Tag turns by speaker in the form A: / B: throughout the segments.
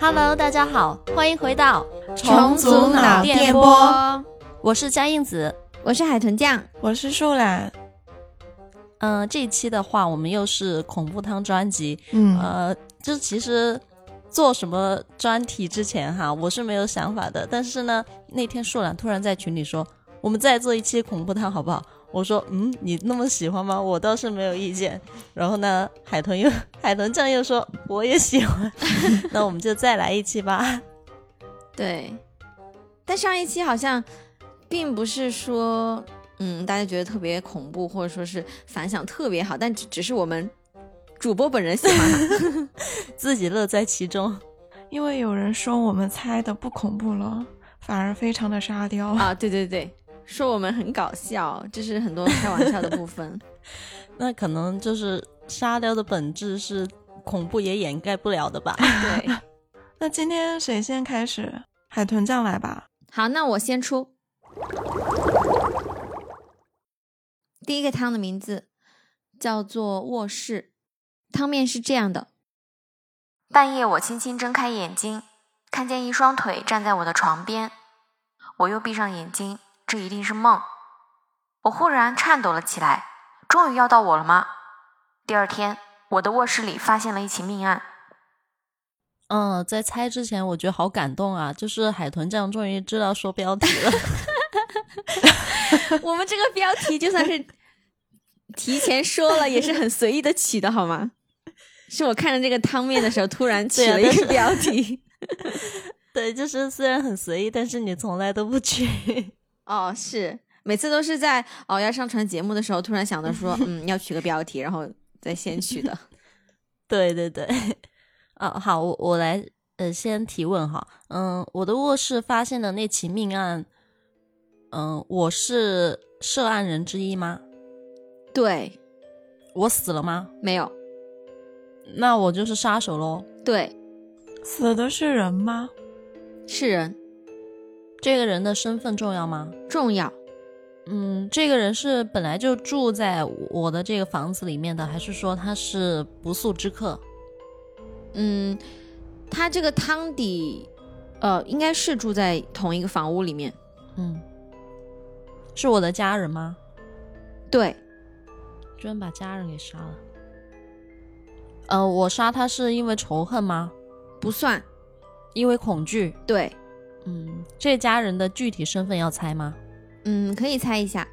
A: Hello，大家好，欢迎回到
B: 重组脑电波，
A: 我是佳印子。
C: 我是海豚酱，
B: 我是树懒。
A: 嗯、这一期的话，我们又是恐怖汤专辑。
B: 嗯，
A: 呃，就是其实做什么专题之前哈，我是没有想法的。但是呢，那天树懒突然在群里说，我们再做一期恐怖汤好不好？我说，嗯，你那么喜欢吗？我倒是没有意见。然后呢，海豚又 海豚酱又说我也喜欢， 那我们就再来一期吧。
C: 对，但上一期好像并不是说，嗯，大家觉得特别恐怖，或者说是反响特别好，但只只是我们主播本人喜欢它。
A: 自己乐在其中。
B: 因为有人说我们猜的不恐怖了，反而非常的沙雕。
C: 啊，对对对，说我们很搞笑，这是很多开玩笑的部分。
A: 那可能就是沙雕的本质是恐怖也掩盖不了的吧。
C: 对，
B: 那今天谁先开始？海豚酱来吧。
C: 好，那我先出。第一个汤的名字叫做卧室，汤面是这样的：半夜，我轻轻睁开眼睛，看见一双腿站在我的床边，我又闭上眼睛，这一定是梦。我忽然颤抖了起来，终于要到我了吗？第二天，我的卧室里发现了一起命案。
A: 嗯，在猜之前，我觉得好感动啊！就是海豚酱终于知道说标题了。
C: 我们这个标题就算是提前说了，也是很随意的起的，好 吗？是我看着这个汤面的时候，突然起了一个标题。
A: 对，就是虽然很随意，但是你从来都不取。
C: 哦，是每次都是在哦要上传节目的时候，突然想到 说，嗯，要取个标题，然后再先取的。
A: 对对对， 啊，好，我我来呃先提问哈，嗯，我的卧室发现的那起命案，嗯，我是涉案人之一吗？
C: 对，
A: 我死了吗？
C: 没有，
A: 那我就是杀手喽。
C: 对，
B: 死的是人吗？
C: 是人
A: 这个人的身份重要吗？
C: 重要，
A: 嗯，这个人是本来就住在我的这个房子里面的，还是说他是不速之客？
C: 嗯，他这个汤底，呃，应该是住在同一个房屋里面。
A: 嗯，是我的家人吗？
C: 对，
A: 居然把家人给杀了。呃，我杀他是因为仇恨吗？
C: 不算，
A: 因为恐惧？
C: 对，
A: 嗯，这家人的具体身份要猜吗？
C: 嗯，可以猜一下，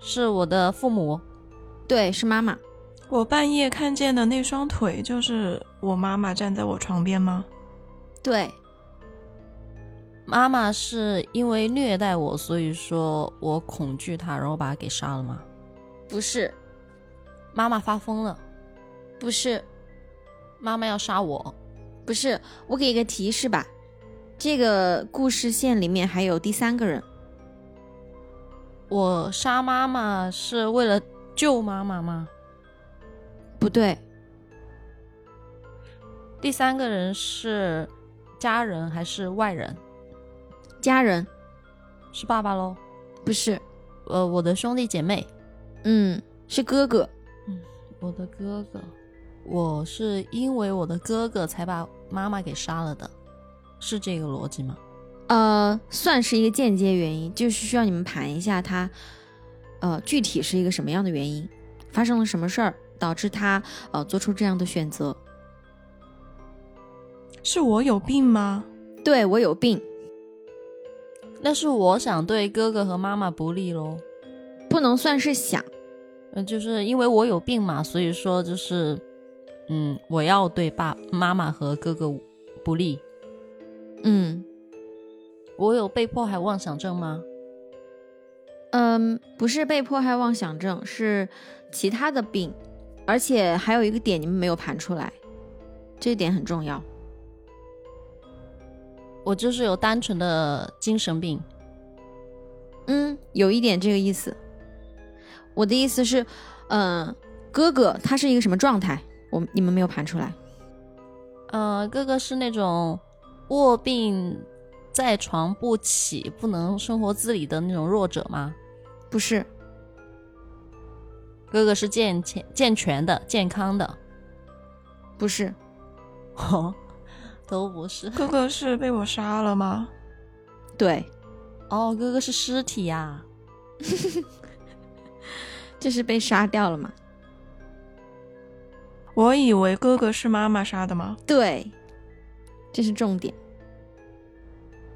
A: 是我的父母？
C: 对，是妈妈。
B: 我半夜看见的那双腿，就是我妈妈站在我床边吗？
C: 对，
A: 妈妈是因为虐待我，所以说我恐惧她，然后把她给杀了吗？
C: 不是，
A: 妈妈发疯了，
C: 不是，
A: 妈妈要杀我。
C: 不是。我给一个提示吧，这个故事线里面还有第三个人。
A: 我杀妈妈是为了救妈妈吗？
C: 不对，
A: 第三个人是家人还是外人？
C: 家人
A: 是爸爸喽？
C: 不是，
A: 呃，我的兄弟姐妹，
C: 嗯，是哥哥。
A: 我的哥哥，我是因为我的哥哥才把妈妈给杀了的，是这个逻辑吗？
C: 呃，算是一个间接原因，就是需要你们盘一下他，呃，具体是一个什么样的原因，发生了什么事儿，导致他呃做出这样的选择。
B: 是我有病吗？
C: 对我有病，
A: 那是我想对哥哥和妈妈不利喽，
C: 不能算是想，
A: 嗯，就是因为我有病嘛，所以说就是，嗯，我要对爸妈妈和哥哥不利。
C: 嗯
A: 我有被迫害妄想症吗？
C: 嗯，不是被迫害妄想症，是其他的病，而且还有一个点你们没有盘出来，这一点很重要。
A: 我就是有单纯的精神病。
C: 嗯，有一点这个意思。我的意思是，嗯、哥哥他是一个什么状态？我你们没有盘出来。
A: 呃，哥哥是那种卧病在床不起、不能生活自理的那种弱者吗？
C: 不是，
A: 哥哥是健全、健全的、健康的。
C: 不是，
A: 哦，都不是。
B: 哥哥是被我杀了吗？
C: 对，
A: 哦，哥哥是尸体呀、
C: 就是被杀掉了嘛。
B: 我以为哥哥是妈妈杀的吗？
C: 对，这是重点。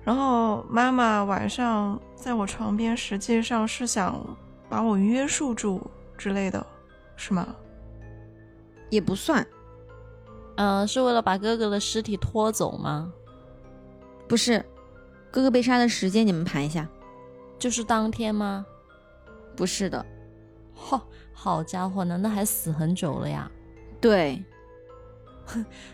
B: 然后妈妈晚上在我床边，实际上是想把我约束住之类的，是吗？
C: 也不算，
A: 嗯、是为了把哥哥的尸体拖走吗？
C: 不是，哥哥被杀的时间你们盘一下。
A: 就是当天吗？
C: 不是的，
A: 哈、好家伙呢，那还死很久了呀，
C: 对，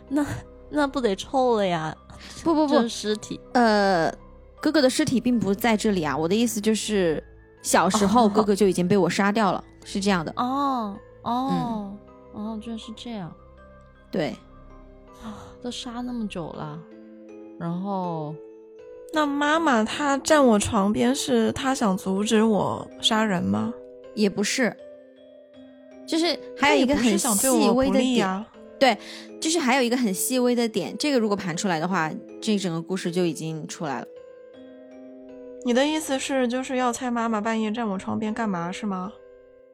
A: 那那不得臭了呀？
C: 不不
A: 这
C: 不
A: 是，尸体
C: 呃，哥哥的尸体并不在这里啊。我的意思就是，小时候
A: 哦
C: 哥哥就已经被我杀掉了，是这样的。
A: 哦
C: 嗯
A: 哦、哦，居然是这样，
C: 对，
A: 都杀那么久了，然后
B: 那妈妈她站我床边，是她想阻止我杀人吗？
C: 也不是，就是还有一个
B: 她也不
C: 很
B: 是想对
C: 细
B: 我
C: 微
B: 不
C: 的
B: 利啊
C: 点，
B: 呀、
C: 就是还有一个很细微的点，这个如果盘出来的话，这整个故事就已经出来了。
B: 你的意思是就是要猜妈妈半夜站我床边干嘛是吗？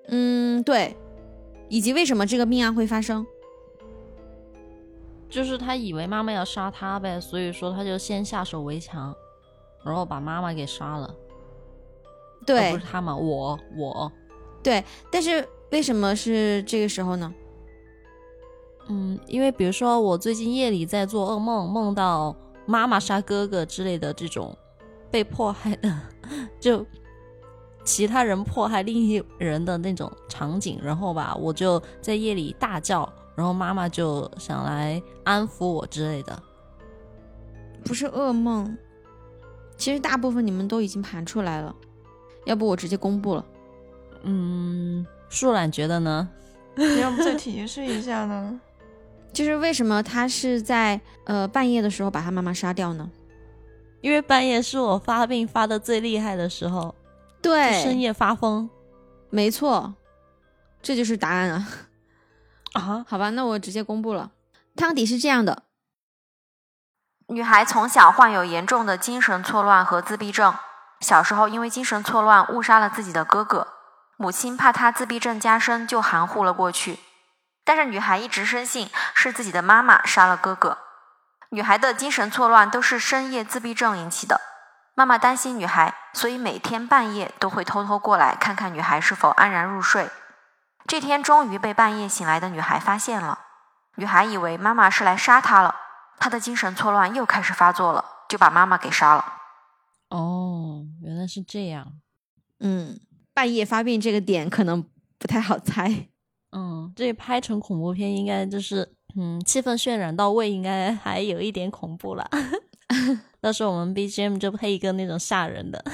C: 嗯，对，以及为什么这个命案会发生。
A: 就是他以为妈妈要杀他呗，所以说他就先下手为强，然后把妈妈给杀了。呃
B: 哦
C: 对
A: 不是他嘛，我我，
C: 对，但是为什么是这个时候呢？
A: 嗯，因为比如说我最近夜里在做噩梦，梦到妈妈杀哥哥之类的这种被迫害的， 就其他人迫害另一人的那种场景，然后吧，我就在夜里大叫，然后妈妈就想来安抚我之类的。
C: 不是噩梦，其实大部分你们都已经盘出来了，要不我直接公布了。
A: 嗯，树懒觉得呢？
B: 你要不再提示一下呢？
C: 就是为什么他是在呃半夜的时候把他妈妈杀掉呢？
A: 因为半夜是我发病发的最厉害的时候，就
C: 对，
A: 深夜发疯。
C: 没错，这就是答案啊。
A: 啊，
C: 好吧，那我直接公布了。汤底是这样的，
D: 女孩从小患有严重的精神错乱和自闭症，小时候因为精神错乱误杀了自己的哥哥，母亲怕她自闭症加深，就含糊了过去。但是女孩一直深信是自己的妈妈杀了哥哥。女孩的精神错乱都是深夜自闭症引起的，妈妈担心女孩，所以每天半夜都会偷偷过来看看女孩是否安然入睡。这天终于被半夜醒来的女孩发现了，女孩以为妈妈是来杀她了，她的精神错乱又开始发作了，就把妈妈给杀了。
A: 哦，原来是这样。
C: 嗯，半夜发病这个点可能不太好猜。
A: 嗯，这拍成恐怖片应该就是，嗯，气氛渲染到位，应该还有一点恐怖 啦。到时候我们 BGM 就配一个那种吓人的，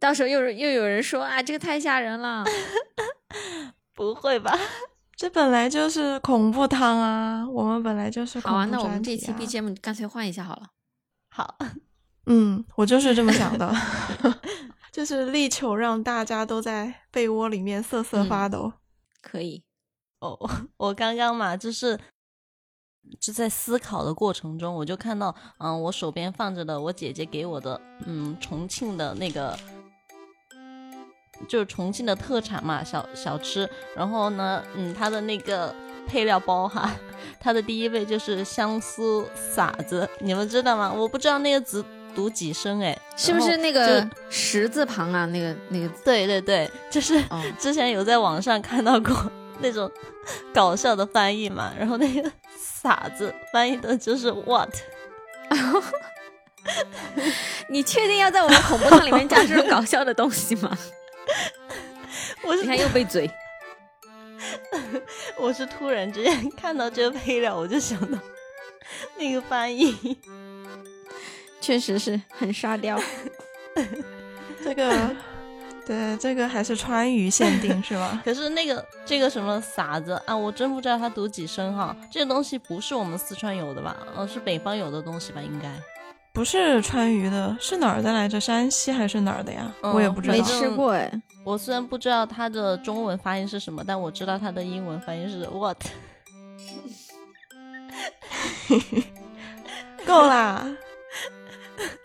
C: 到时候又有又有人说啊，这个太吓人 了。
A: 不会吧？
B: 这本来就是恐怖汤啊，我们本来就是恐
C: 好
B: 怖、
C: 啊，那我们这期
B: BGM。
C: BGM 干脆换一下好了。
A: 好，
B: 嗯，我就是这么想的， 就是力求让大家都在被窝里面瑟瑟发抖。
C: 可以，
A: 哦，我刚刚嘛，就是就在思考的过程中，我就看到，嗯，我手边放着的我姐姐给我的，嗯，重庆的那个，就是重庆的特产嘛，小小吃。然后呢，嗯，它的那个配料包哈，它的第一位就是香酥撒子，你们知道吗？我不知道那个字读几声哎，
C: 是不
A: 然后
C: 是那个
A: 就
C: 十字旁啊？那个那个字
A: 对对对，就是
C: 哦，
A: 之前有在网上看到过那种搞笑的翻译嘛，然后那个“傻子”翻译的就是 “what”，
C: 你确定要在我们恐怖堂里面加这种搞笑的东西吗？
A: 我
C: 你
A: 是
C: 看又被嘴。
A: 我是突然之间 看到这个配料，我就想到 那个翻译，
C: 确实是很沙雕。
B: 这 个，对，这个还是川渝限定是吧？
A: 可是那个这个什么“傻子”啊，我真不知道它读几声哈，这个东西不是我们四川有的吧？呃，是北方有的东西吧？应该
B: 不是川渝的，是哪儿的来着？山西还是哪儿的呀？
A: 嗯
B: 我也不知道
C: 没。吃过哎，
A: 我虽然不知道它的中文发音是什么，但我知道它的英文发音是 “what”。
B: 够啦，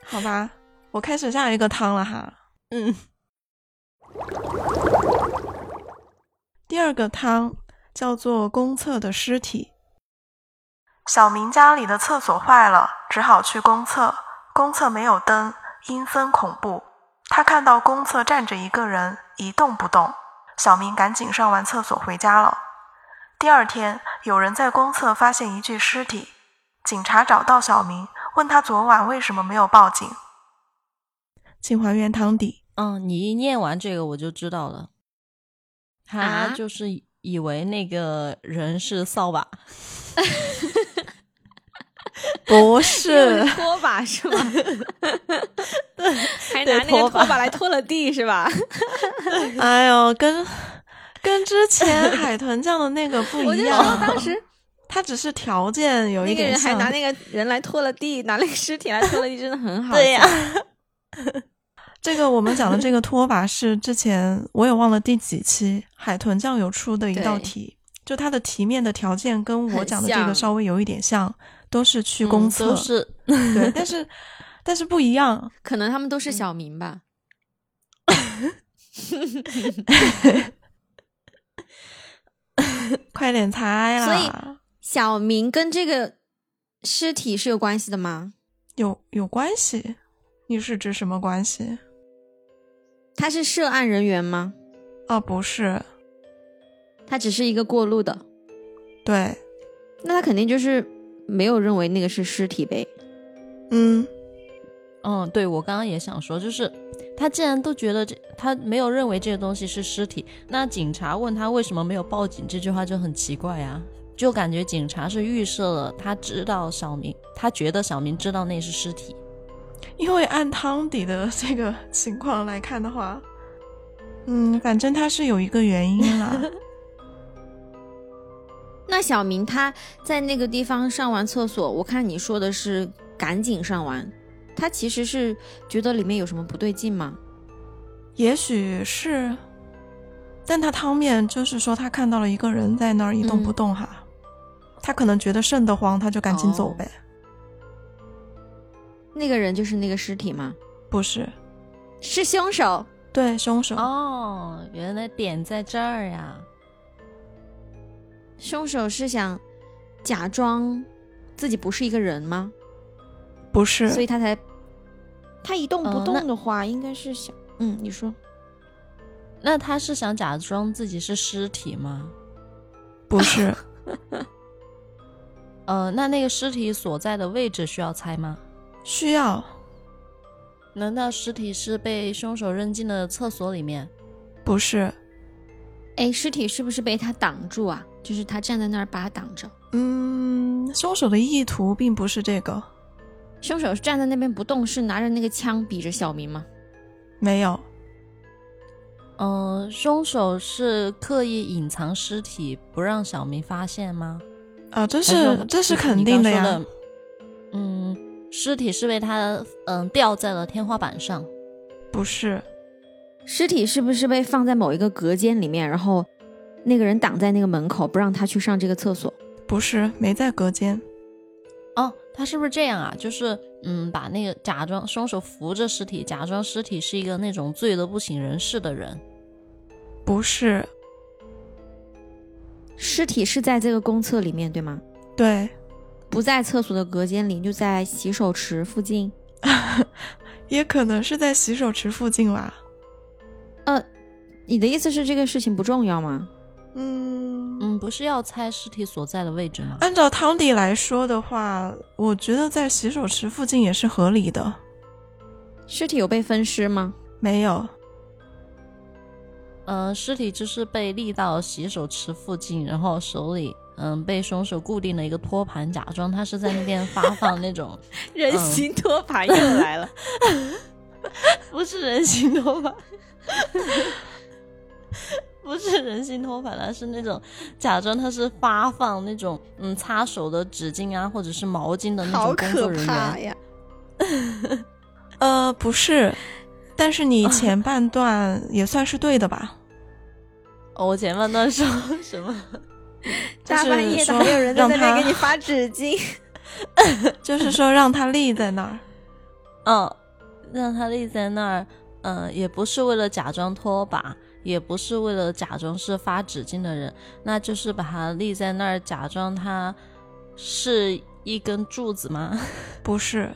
B: 好吧，我开始下一个汤了哈。
A: 嗯，
B: 第二个汤叫做公厕的尸体。小明家里的厕所坏了，只好去公厕。公厕没有灯，阴森恐怖。他看到公厕站着一个人，一动不动。小明赶紧上完厕所回家了。第二天，有人在公厕发现一具尸体，警察找到小明，问他昨晚为什么没有报警。请还原汤底。
A: 嗯，你一念完这个我就知道了，他
C: 啊，
A: 就是以为那个人是扫把，
B: 不是
C: 拖把是 吗？还
A: 对
C: 拿那个
A: 拖把
C: 拖把来拖了地是吧？
B: 哎呦，跟跟之前海豚酱的那个不
C: 我
B: 一
C: 就说
B: 样，
C: 当时
B: 它只是条件有一
C: 那个
B: 点
C: 人还
B: 像。
C: 拿那个人来拖了地，拿那个尸体来拖了地，真的很好。
A: 对呀、
B: 这个我们讲的这个拖把是之前我也忘了第几期海豚酱有出的一道
C: 对
B: 题，就它的题面的条件跟我
C: 很
B: 讲的这个
C: 像
B: 稍微有一点像，都是去
A: 嗯
B: 公厕，
A: 都是
B: 对，但是但是不一样，
C: 可能他们都是小明吧。
B: 快点猜啦！
C: 所以小明跟这个尸体是有关系的吗？
B: 有有关系，你是指什么关系？
C: 他是涉案人员吗？
B: 哦，不是，
C: 他只是一个过路的，
B: 对，
C: 那他肯定就是没有认为那个是尸体呗。
B: 嗯，
A: 嗯，对我刚刚也想说，就是他既然都觉得这他没有认为这个东西是尸体，那警察问他为什么没有报警这句话就很奇怪啊，就感觉警察是预设了他知道小明，他觉得小明知道那是尸体，
B: 因为按汤底的这个 情况来看的话，嗯，反正它是有一个原因啦。
C: 那小明他在那个地方上完厕所，我看你说的是赶紧上完，他其实是觉得里面有什么不对劲吗？
B: 也许是，但他汤面就是说他看到了一个人在那儿一动不动哈，
A: 嗯
B: 他可能觉得瘆得慌，他就赶紧走呗。
A: 哦
C: 那个人就是那个尸体吗？
B: 不是，
C: 是凶手。
B: 对凶手，
A: 哦，原来点在这儿呀、
C: 凶手是想假装自己不是一个人吗？
B: 不是，
C: 所以他才他一动不
A: 哦那
C: 动的话，应该是想嗯，你说
A: 那他是想假装自己是尸体吗？
B: 不是，
A: 呃，那那个尸体所在的位置需要猜吗？
B: 需要
A: 难道尸体是被凶手扔进了厕所里面？
B: 不是，
C: 哎，尸体是不是被他挡住啊？就是他站在那儿把他挡着，
B: 嗯，凶手的意图并不是这个，
C: 凶手站在那边不动，是拿着那个枪比着小明吗？
B: 没有，
A: 嗯、凶手是刻意隐藏尸体，不让小明发现吗？
B: 啊，这
A: 还
B: 是
A: 说
B: 这是
A: 就
B: 肯
A: 你
B: 定
A: 刚
B: 的
A: 说
B: 呀，
A: 的。嗯，尸体是被他嗯吊在了天花板上。
B: 不是，
C: 尸体是不是被放在某一个隔间里面，然后那个人挡在那个门口，不让他去上这个厕所？
B: 不是，没在隔间，
A: 哦，他是不是这样啊？就是嗯，把那个假装凶手扶着尸体，假装尸体是一个那种醉得不省人事的人。
B: 不是，
C: 尸体是在这个公厕里面对吗？
B: 对，
C: 不在厕所的隔间里，就在洗手池附近。
B: 也可能是在洗手池附近吧，
C: 呃，你的意思是这个事情不重要吗？
B: 嗯
A: 嗯，不是要猜尸体所在的位置
C: 哎
A: 吗？
B: 按照汤底来说的话，我觉得在洗手池附近也是合理的。
C: 尸体有被分尸吗？
B: 没有，
A: 呃，尸体就是被立到洗手池附近，然后手里嗯被凶手固定了一个托盘，假装他是在那边发放那种 嗯
C: 人
A: 形
C: 托盘又来了，
A: 不是人形头发，不是人形头发啦，是那种假装它是发放那种嗯擦手的纸巾啊，或者是毛巾的那种工作人员。
C: 呀！
B: 呃，不是，但是你前半段也算是对的吧？
A: 哦我前半段说什么？
B: 就是说让他
C: 发纸巾，
B: 就是说让它立在那儿。
A: 嗯，让他立在那儿，嗯、也不是为了假装拖把，也不是为了假装是发纸巾的人，那就是把他立在那儿，假装他是一根柱子吗？
B: 不是，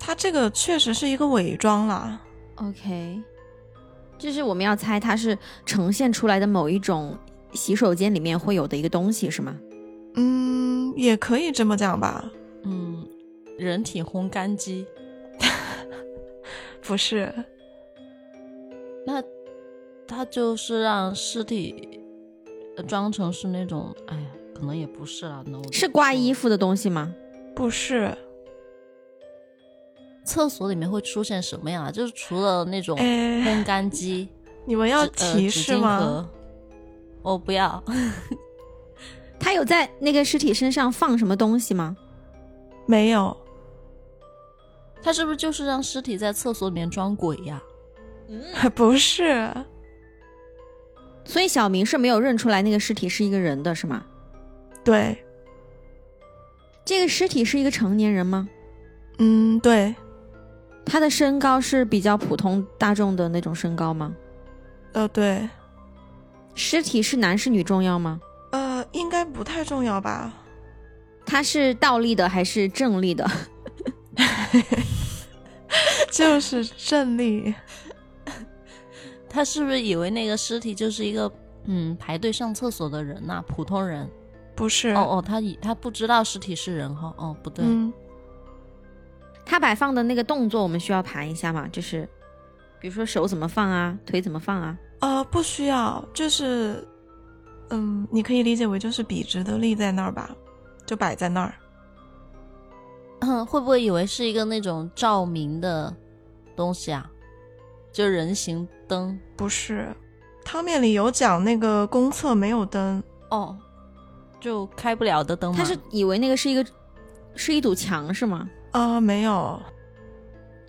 B: 它这个确实是一个伪装啦。
C: OK，就是我们要猜它是呈现出来的某一种洗手间里面会有的一个东西，是吗？
B: 嗯，也可以这么讲吧。
A: 嗯，人体烘干机。
B: 不是，
A: 那他就是让尸体呃装成是那种，哎呀，可能也不是啦。那我
C: 是挂衣
A: 服，
C: 服的东西吗？
B: 不是，
A: 厕所里面会出现什么样啊？就是除了那种烘
B: 哎，
A: 干机，
B: 你们要
A: 纸呃
B: 提
A: 纸
B: 示
A: 巾
B: 吗？
A: 盒？我不要，
C: 他有在那个尸体身上放什么东西吗？
B: 没有，
A: 他是不是就是让尸体在厕所里面装鬼呀、
B: 不是，
C: 所以小明是没有认出来那个尸体是一个人的，是吗？
B: 对，
C: 这个尸体是一个成年人吗？
B: 嗯，对，
C: 他的身高是比较普通大众的那种身高吗？
B: 呃，对，
C: 尸体是男是女重要吗？
B: 呃，应该不太重要吧？
C: 他是倒立的还是正立的？
B: 就是胜利，
A: 他是不是以为那个尸体就是一个嗯排队上厕所的人呐、普通人？
B: 不是，
A: 哦哦，他以他不知道尸体是人哈。哦，不对，
B: 嗯，
C: 他摆放的那个动作，我们需要盘一下吗？就是，比如说手怎么放啊，腿怎么放啊？
B: 呃，不需要，就是，嗯，你可以理解为就是笔直的立在那儿吧，就摆在那儿。
A: 嗯， 会不会以为是一个那种照明的东西啊？就人形灯
B: 不是，汤面里有讲那个公厕没有灯，
A: 哦，就开不了的灯嘛。
C: 他是以为那个是一个是一堵墙是吗？
B: 啊、没有，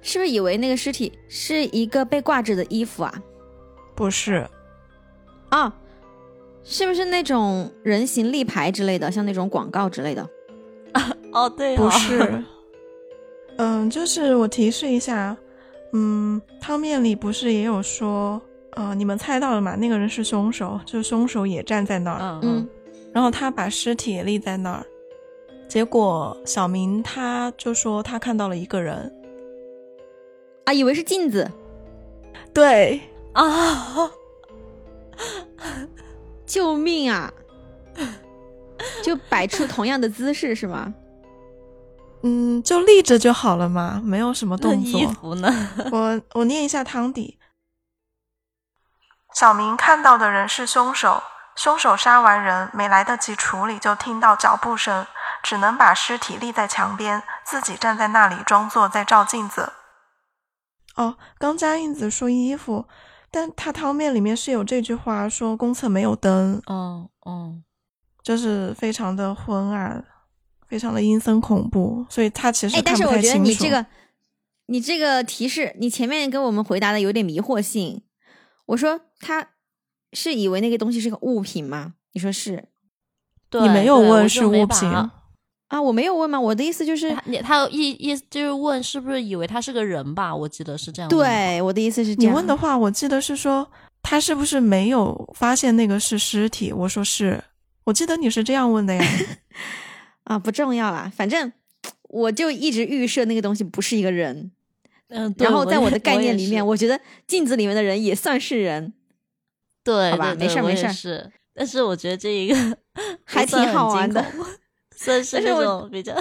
C: 是不是以为那个尸体是一个被挂着的衣服啊？
B: 不是，
C: 啊、是不是那种人形立牌之类的，像那种广告之类的？
A: 哦，对、哦，
B: 不 是， 嗯，就是我提示一下，嗯，汤面里不是也有说，呃，你们猜到了嘛？那个人是凶手，就是凶手也站在那儿，
A: 嗯
C: 嗯
A: 嗯，
B: 然后他把尸体立在那儿，结果小明他就说他看到了一个人，
C: 啊，以为是镜子，
B: 对，
A: 啊，
C: 救命啊！ 就摆出同样的姿势是吗？
B: 嗯，就立着就好了嘛，没有什么
A: 那
B: 动作
A: 衣。服呢？
B: 我我念一下汤底。小明看到的人是凶手，凶手杀完人没来得及处理，就听到脚步声，只能把尸体立在墙边，自己站在那里装作在照镜子。哦，刚加印子说衣服，但他汤面里面是有这句话，说公厕没有灯，
A: 哦哦，
B: 就是非常的昏暗，非常的阴森恐怖，所以他其实
C: 哎，
B: 看
C: 但是
B: 不
C: 我
B: 太清楚。
C: 觉得你这个，你这个提示，你前面给我们回答的有点迷惑性。我说他是以为那个东西是个物品吗？你说是
A: 对，
B: 你没有
A: 对
B: 问
A: 我
B: 是
A: 就没
B: 物
A: 把
B: 品。
C: 啊？我没有问吗？我的意思就是，
A: 他他意意就是问是不是以为他是个人吧？我记得是这样问的。
C: 对，我的意思是这
B: 你
C: 样。
B: 问的话，我记得是说他是不是没有发现那个是尸体？我说是，我记得你是这样问的呀。
C: 啊，不重要啦，反正我就一直预设那个东西不是一个人。
A: 嗯，对
C: 然后在
A: 也
C: 我的概
A: 也
C: 念里面，
A: 是
C: 我觉得镜子里面的人也算是人，
A: 对，
C: 好
A: 对
C: 吧
A: 对
C: 没事儿
A: 我
C: 没
A: 也
C: 事儿
A: 是。但是我觉得这一个
C: 还
A: 不算
C: 挺好
A: 很
C: 玩
A: 惊
C: 的
A: 恐，算是
C: 但是
A: 那
C: 我
A: 种比较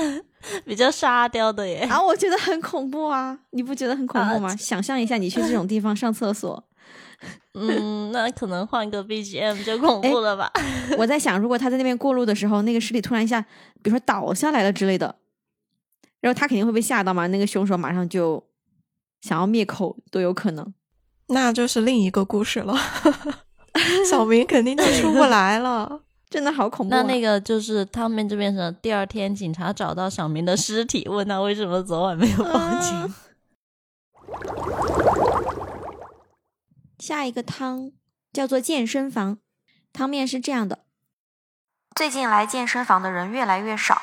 A: 比较沙雕的 耶。
C: 啊，我觉得很恐怖啊！你不觉得很恐怖
A: 啊
C: 吗？想象一下，你去这种地方上厕 所，
A: 嗯，那可能换个 BGM 就
C: 哎
A: 恐怖了吧？
C: 我在想，如果他在那边过路的时候，那个尸体突然一下，比如说倒下来了之类的，然后他肯定会被吓到嘛。那个凶手马上就想要灭口都有可能。
B: 那就是另一个故事了。 小明肯定就出不来了。
C: 真的好恐怖、啊！
A: 那那个就是他们这边的，第二天警察找到小明的尸体，问他为什么昨晚没有报警。
C: 啊 下一个汤叫做健身房，汤面是这样的：
D: 最近来健身房的人越来越少，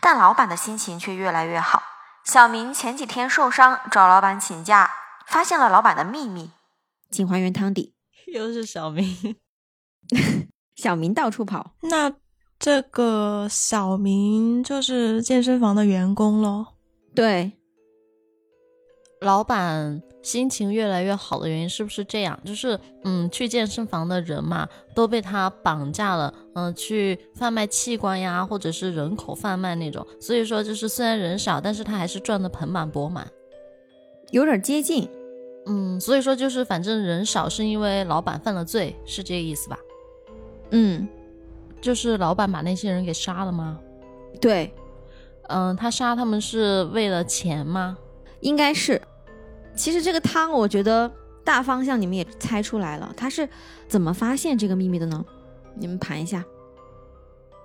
D: 但老板的心情却越来越好。小明前几天受伤，找老板请假，发现了老板的秘密。
C: 请还原汤底。
A: 又是小明，
C: 小明到处跑，
B: 那这个小明就是健身房的员工喽。
C: 对，
A: 老板心情越来越好的原因是不是这样？就是嗯，去健身房的人嘛，都被他绑架了，嗯、去贩卖器官呀，或者是人口贩卖那种。所以说，就是虽然人少，但是他还是赚得盆满钵满。
C: 有点接近。
A: 嗯，所以说就是反正人少是因为老板犯了罪，是这个意思吧？
C: 嗯，
A: 就是老板把那些人给杀了吗？
C: 对，
A: 嗯，他杀他们是为了钱吗？
C: 应该是。其实这个汤，我觉得大方向你们也猜出来了，他是怎么发现这个秘密的呢？你们盘一下。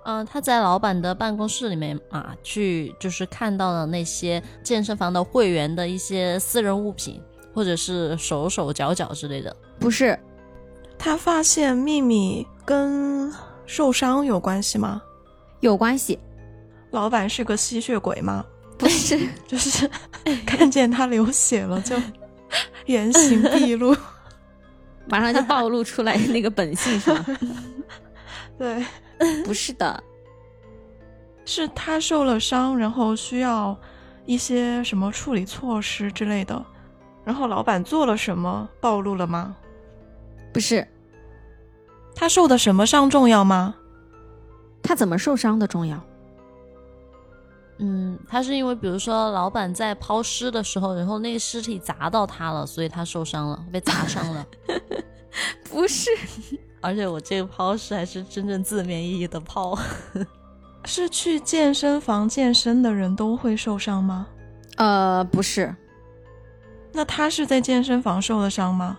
A: 嗯，他在老板的办公室里面啊，去就是看到了那些健身房的会员的一些私人物品，或者是手手脚脚之类的。
C: 不是，
B: 他发现秘密跟受伤有关系吗？
C: 有关系，
B: 老板是个吸血鬼吗？
C: 不是，
B: 就是 看见他流血了就 原形毕露。
C: 马上就暴露出来那个本性是吗？
B: 对，
C: 不是的，
B: 是他受了伤，然后需要一些什么处理措施之类的。然后老板做了什么暴露了吗？
C: 不是，
B: 他受的什么伤重要吗？
C: 他怎么受伤的重要。
A: 嗯，他是因为比如说老板在抛尸的时候，然后那个尸体砸到他了，所以他受伤了，被砸伤了。
C: 不是，
A: 而且我这个抛尸还是真正字面意义的抛。
B: 是去健身房健身的人都会受伤吗？
C: 呃，不是，
B: 那他是在健身房受的伤吗？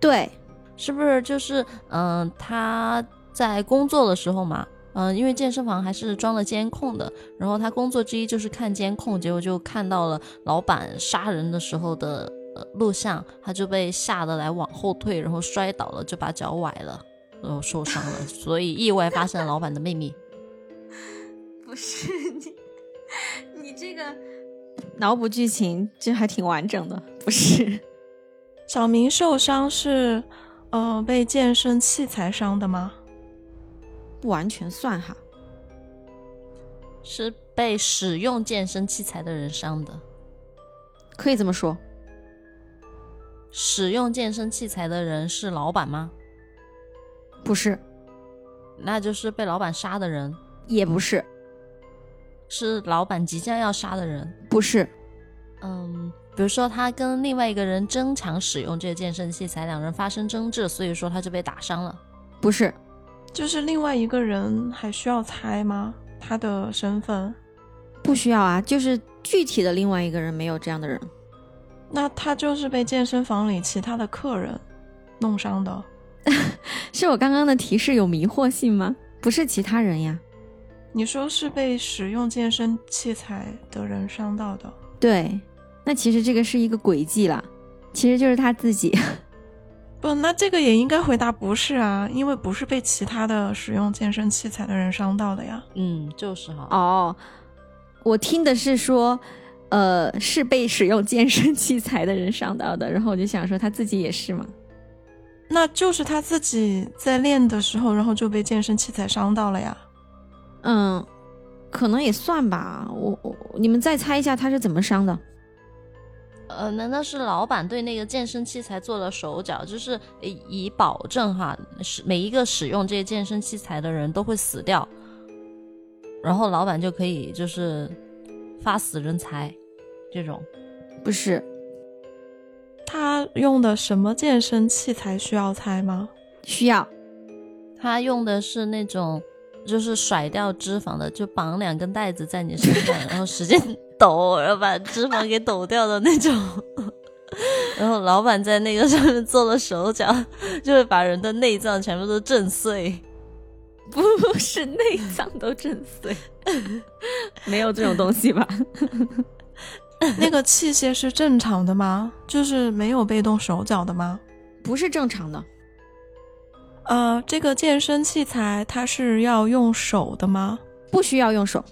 C: 对，
A: 是不是就是嗯、呃他在工作的时候嘛，嗯、因为健身房还是装了监控的，然后他工作之一就是看监控，结果就看到了老板杀人的时候的呃录像，他就被吓得来往后退，然后摔倒了，就把脚崴了，然后受伤了， 所以意外发现了老板的秘密。
C: 不是你，你这个脑补剧情这还挺完整的，不是？
B: 小明受伤是呃被健身器材伤的吗？
C: 不完全算哈。
A: 是被使用健身器材的人伤的。
C: 可以这么说，
A: 使用健身器材的人是老板吗？
C: 不是，
A: 那就是被老板杀的人，
C: 也不是，
A: 是老板即将要杀的人。
C: 不是，
A: 嗯，比如说他跟另外一个人争抢使用这个健身器材，两人发生争执，所以说他就被打伤了。
C: 不是，
B: 就是另外一个人还需要猜吗？他的身份？
C: 不需要啊，就是具体的另外一个人没有这样的人，
B: 那他就是被健身房里其他的客人弄伤的。
C: 是我刚刚的提示有迷惑性吗？不是其他人呀，
B: 你说是被使用健身器材的人伤到的？
C: 对，那其实这个是一个诡计啦，其实就是他自己。
B: 不，那这个也应该回答不是啊，因为不是被其他的使用健身器材的人伤到的呀。
A: 嗯，就是哈。
C: 哦，我听的是说，呃，是被使用健身器材的人伤到的，然后我就想说他自己也是嘛。
B: 那就是他自己在练的时候，然后就被健身器材伤到了呀。
C: 嗯，可能也算吧。我我你们再猜一下他是怎么伤的？
A: 呃，难道是老板对那个健身器材做了手脚？就是呃以保证哈，是每一个使用这些健身器材的人都会死掉，然后老板就可以就是发死人财这种。
C: 不是，
B: 他用的什么健身器材需要猜吗？
C: 需要
A: 他用的是那种就是甩掉脂肪的，就绑两根带子在你身上，然后使劲抖，然后把脂肪给抖掉的那种。然后老板在那个上面做了手脚，就会把人的内脏全部都震碎。
C: 不是内脏都震碎？没有这种东西吧？
B: 那个器械是正常的吗？就是没有被动手脚的吗？
C: 不是正常的，
B: 呃，这个健身器材它是要用手的吗？
C: 不需要用手。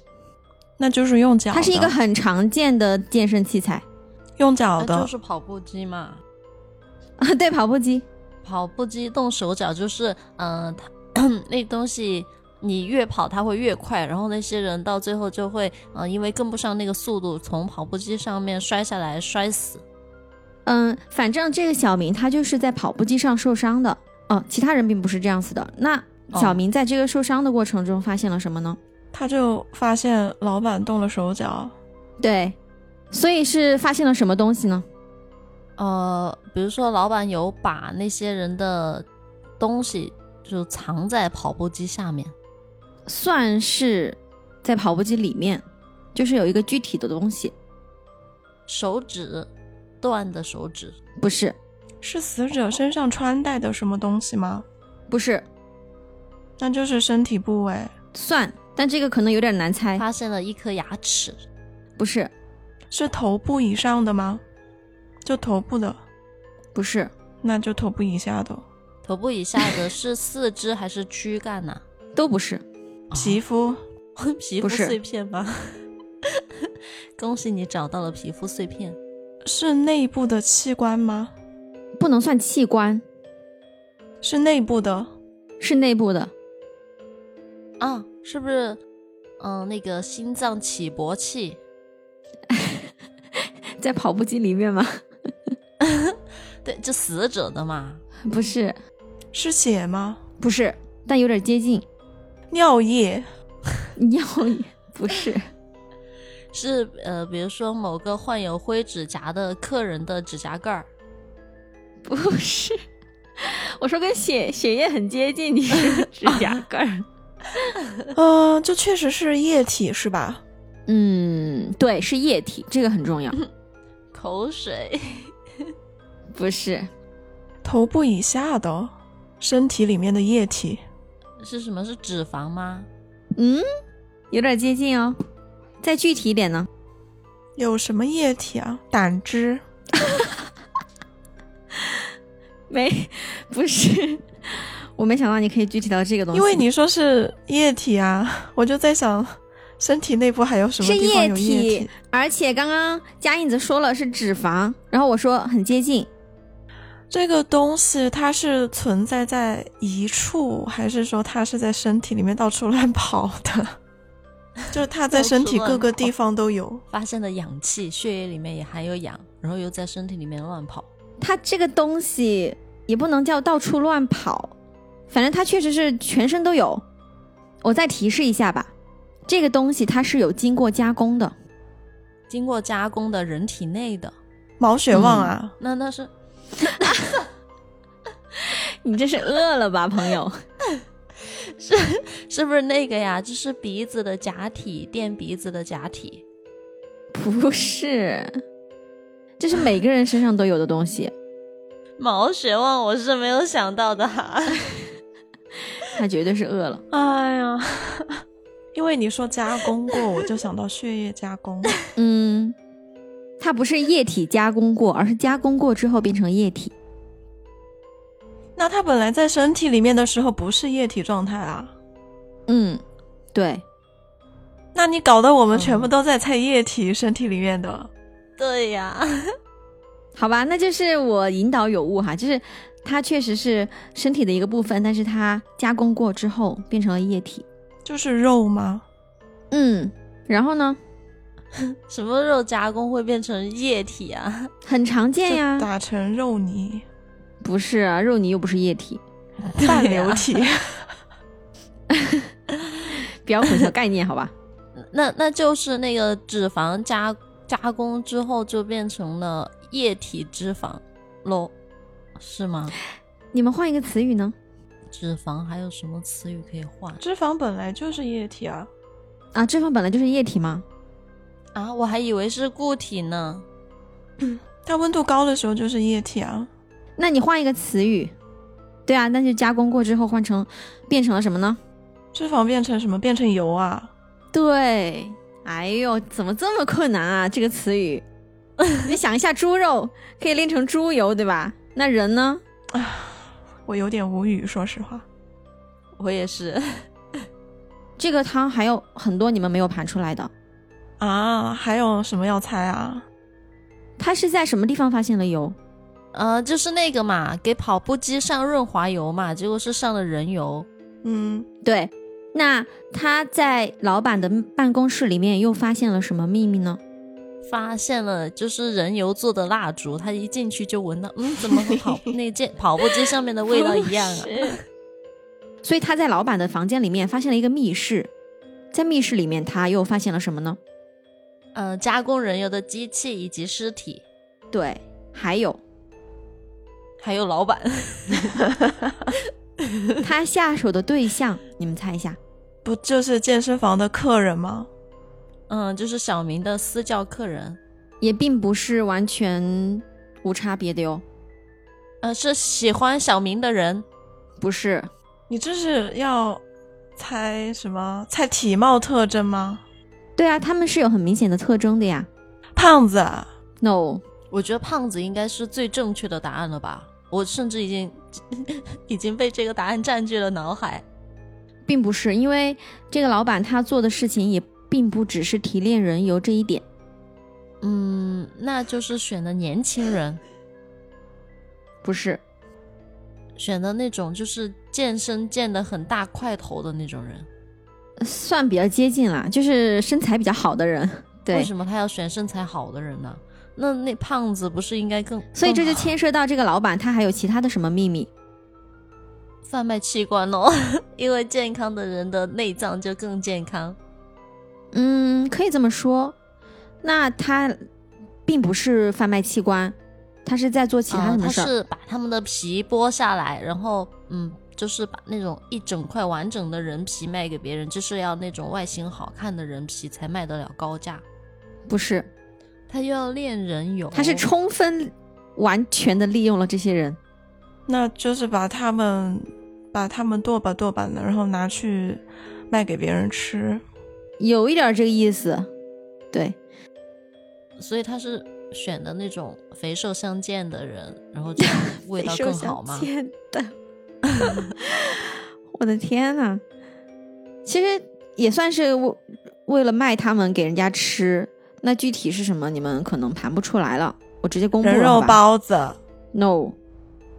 B: 那就是用脚的。
C: 它是一个呃很常见的健身器材
B: 用脚
A: 那
B: 的，
A: 就是跑步机嘛。
C: 啊，对，跑步机。
A: 跑步机动手脚就是，嗯、它 那东西你越跑它会越快，然后那些人到最后就会，嗯、因为跟不上那个速度，从跑步机上面摔下来摔死。
C: 嗯，反正这个小明他就是在跑步机上受伤的，嗯，其他人并不是这样子的。那
A: 哦
C: 小明在这个受伤的过程中发现了什么呢？
B: 他就发现老板动了手脚，
C: 对，所以是发现了什么东西呢？
A: 呃，比如说老板有把那些人的东西就藏在跑步机下面，
C: 算是在跑步机里面，就是有一个具体的东西，
A: 手指断的手指，
C: 不是，
B: 是死者身上穿戴的什么东西吗？
C: 不是，
B: 那就是身体部位，
C: 算，但这个可能有点难猜，
A: 发现了一颗牙齿，
C: 不是，
B: 是头部以上的吗？就头部的，
C: 不是，
B: 那就头部以下的，
A: 头部以下的是四肢还是躯干呐、
C: 都不是，
B: 皮肤。
A: 皮肤
C: 不是
A: 碎片吗？ 恭喜你找到了皮肤碎片。
B: 是内部的器官吗？
C: 不能算器官，
B: 是内部的，
C: 是内部的，
A: 啊，是不是？嗯、那个心脏起搏器，
C: 在跑步机里面吗？
A: 对，就死者的嘛。
C: 不是，
B: 是血吗？
C: 不是，但有点接近，
B: 尿液
C: 尿液不是，
A: 是呃，比如说某个患有灰指甲的客人的指甲盖儿，
C: 不是，我说跟血血液很接近，你 是指甲盖儿。
B: 呃，就确实是液体是吧？
C: 嗯，对，是液体，这个很重要。
A: 口水，
C: 不是，
B: 头部以下的，身体里面的液体，
A: 是什么？是脂肪吗？
C: 嗯，有点接近哦。再具体一点呢？
B: 有什么液体啊？胆汁、
C: 没， 不是， 我没想到你可以具体到这个东西。
B: 因为你说是液体啊，我就在想，身体内部还有什么
C: 是
B: 地方
C: 液
B: 有液体？
C: 体，而且刚刚佳印子说了是脂肪，然后我说很接近，
B: 这个东西它是存在在一处，还是说它是在身体里面到处 乱跑的？就是它在身体各个地方都有。
A: 发现了氧气，血液里面也含有氧，然后又在身体里面乱跑。
C: 它这个东西也不能叫到处乱跑，反正它确实是全身都有。我再提示一下吧，这个东西它是有经过加工的，
A: 经过加工的人体内的，
B: 毛血旺
C: 嗯
B: 啊，
A: 那那是
C: 你这是饿了吧，朋友？
A: 是不是那个呀？就是鼻子的假体，垫鼻子的假体。
C: 不是，这是每个人身上都有的东西，
A: 毛血旺我是没有想到的 哈。
C: 他绝对是饿了。
B: 哎呀，因为你说加工过，我就想到血液加工。
C: 嗯，它不是液体加工过，而是加工过之后变成液体。
B: 那它本来在身体里面的时候不是液体状态啊？
C: 嗯，对，
B: 那你搞得我们
A: 嗯
B: 全部都在猜液体身体里面的，
A: 对呀，
C: 好吧，那就是我引导有误哈，就是它确实是身体的一个部分，但是它加工过之后变成了液体。
B: 就是肉吗？
C: 嗯，然后呢，
A: 什么肉加工会变成液体啊？
C: 很常见
B: 就
C: 呀，
B: 打成肉泥、
C: 不是啊，肉泥又不是液体，
B: 半流体。
C: 不要混淆概念，好吧？
A: 那那就是那个脂肪加加工之后就变成了液体脂肪喽，是吗？
C: 你们换一个词语呢？
A: 脂肪还有什么词语可以换
B: 脂肪本来就是液体啊。
C: 啊，脂肪本来就是液体吗？
A: 啊？我还以为是固体呢。
B: 它温度高的时候就是液体啊，
C: 那你换一个词语，对啊，那就加工过之后换成变成了什么呢？
B: 脂肪变成什么？变成油啊？
C: 对，哎呦，怎么这么困难啊？这个词语， 你想一下，猪肉可以炼成猪油，对吧？那人呢？
B: 我有点无语，说实话。
A: 我也是，
C: 这个汤还有很多你们没有盘出来的，
B: 啊，还有什么要猜啊？
C: 他是在什么地方发现了油？
A: 呃，就是那个嘛，给跑步机上润滑油嘛，结果是上了人油。
B: 嗯，
C: 对，那他在老板的办公室里面又发现了什么秘密呢？
A: 发现了就是人油做的蜡烛，他一进去就闻到，嗯，怎么和 跑那件跑步机上面的味道一样啊？
C: 所以他在老板的房间里面发现了一个密室，在密室里面他又发现了什么呢？
A: 呃，加工人油的机器以及尸体，
C: 对，还有
A: 还有老板，
C: 他下手的对象， 你们猜一下？
B: 不就是健身房的客人吗？
A: 嗯，就是小明的私教客人，
C: 也并不是完全无差别的哟，
A: 呃，是喜欢小明的人，
C: 不是，
B: 你这是要猜什么？猜体貌特征吗？
C: 对啊，他们是有很明显的特征的呀。
B: 胖子啊，
C: No，
A: 我觉得胖子应该是最正确的答案了吧？我甚至已经 已经被这个答案占据了脑海。
C: 并不是，因为这个老板他做的事情也并不只是提炼人油这一点。
A: 嗯，那就是选的年轻人，
C: 不是，
A: 选的那种就是健身健的很大块头的那种人。
C: 算比较接近啦，就是身材比较好的人。
A: 为
C: 对，
A: 什么他要选身材好的人呢？那那胖子不是应该更？
C: 所以这
A: 更
C: 就牵涉到这个老板他还有其他的什么秘密？
A: 贩卖器官哦， 因为健康的人的内脏就更健康。
C: 嗯，可以这么说。那他并不是贩卖器官，他是在做其
A: 呃
C: 他什
A: 他
C: 么事儿？
A: 是把他们的皮剥下来，然后嗯，就是把那种一整块完整的人皮卖给别人，就是要那种外形好看的人皮才卖得了高价。
C: 不是，
A: 他又要练人油，
C: 他是充分完全的利用了这些人。
B: 那就是把他们把他们剁吧剁吧的，然后拿去卖给别人吃。
C: 有一点儿这个意思，对，
A: 所以他是选的那种肥瘦相间的人，然后这样 味道更好吗？
C: 的，我的天呐，其实也算是为为了卖他们给人家吃，那具体是什么你们可能盘不出来了，我直接公布
B: 人
C: 了
B: 肉
C: 好吧
B: 包子，
C: ？No，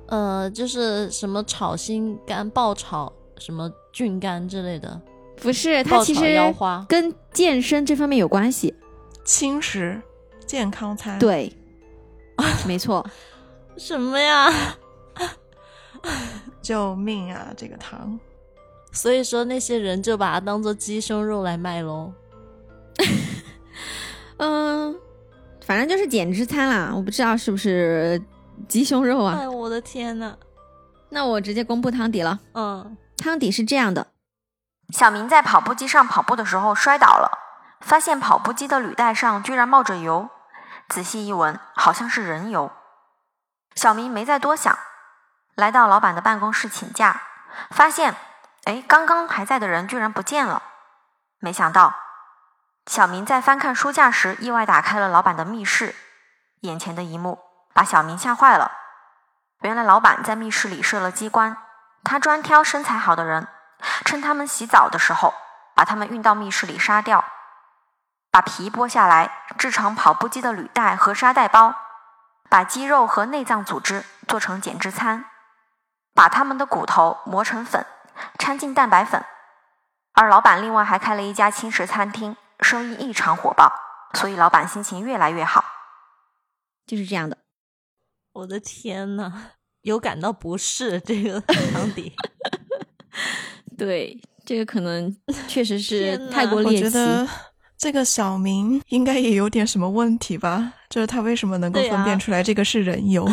A: 呃，就是什么炒心肝、爆炒什么菌干之类的，
C: 不是，它
A: 爆
C: 其
A: 炒
C: 实
A: 腰花。
C: 跟健身这方面有关系，
B: 轻食健康餐。，
C: 对，没错，
A: 什么呀？
B: 救命啊！这个汤，
A: 所以说那些人就把它当做鸡胸肉来卖喽。
C: 嗯，反正就是减脂餐啦，我不知道是不是鸡胸肉啊，
A: 哎，我的天呐！
C: 那我直接公布汤底了。
A: 嗯，
C: 汤底是这样的，
D: 小明在跑步机上跑步的时候摔倒了，发现跑步机的履带上居然冒着油，仔细一闻，好像是人油。小明没再多想，来到老板的办公室请假，发现，哎，刚刚还在的人居然不见了。没想到，小明在翻看书架时，意外打开了老板的密室，眼前的一幕把小明吓坏了。原来老板在密室里设了机关，他专挑身材好的人，趁他们洗澡的时候，把他们运到密室里杀掉，把皮剥下来制成跑步机的履带和沙袋包，把肌肉和内脏组织做成减脂餐，把他们的骨头磨成粉，掺进蛋白粉。而老板另外还开了一家轻食餐厅，生意异常火爆，所以老板心情越来越好。
C: 就是这样的。
A: 我的天呐，有感到不适这个 汤底。
C: 对，这个可能确实是
A: 天
C: 泰
A: 呐
C: 国
B: 我
C: 猎
B: 觉
C: 奇。
B: 得这个小明应该也有点什么问题吧？就是他为什么能够
A: 对啊
B: 分辨出来这个是人油？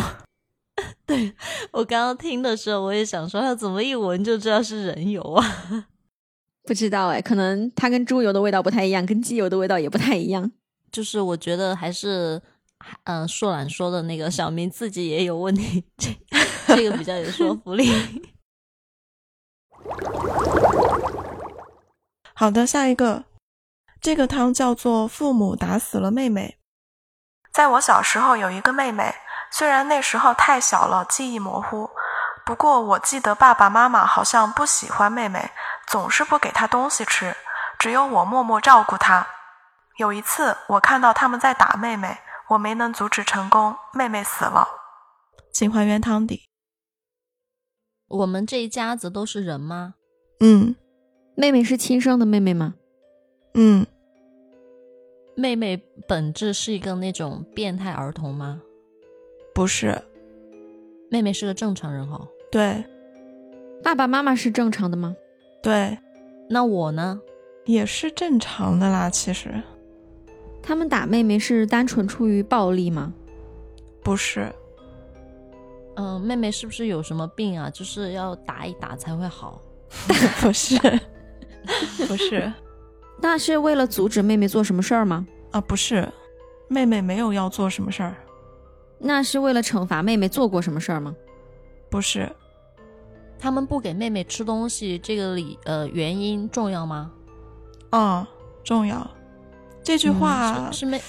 A: 我刚刚听的时候，我也想说，啊他怎么一闻就知道是人油啊？
C: 不知道哎，可能它跟猪油的味道不太一样，跟鸡油的味道也不太一样。
A: 就是我觉得还是，嗯、呃，硕懒说的那个小明自己也有问题，这这个比较有说服力。
B: 好的，下一个，这个汤叫做“父母打死了妹妹”。在我小时候有一个妹妹，虽然那时候太小了，记忆模糊，不过我记得爸爸妈妈好像不喜欢妹妹，总是不给她东西吃，只有我默默照顾她。有一次，我看到他们在打妹妹，我没能阻止成功，妹妹死了。请还原汤底。
A: 我们这一家子都是人吗？
B: 嗯
C: 妹妹是亲生的妹妹吗？
B: 嗯，
A: 妹妹本质是一个那种变态儿童吗？
B: 不是，
A: 妹妹是个正常人哦。
B: 对
C: 爸爸妈妈是正常的吗？
B: 对，
A: 那我呢？
B: 也是正常的啦。其实
C: 他们打妹妹是单纯出于暴力吗？
B: 不是，
A: 嗯、妹妹是不是有什么病啊？就是要打一打才会好。
B: 不 是，不是
C: 那是为了阻止妹妹做什么事儿吗？
B: 啊，不是，妹妹没有要做什么事儿，
C: 那是为了惩罚妹妹做过什么事儿吗？
B: 不是，
A: 他们不给妹妹吃东西，这个理呃原因重要吗？
B: 啊，重要。这句话、
A: 嗯是是妹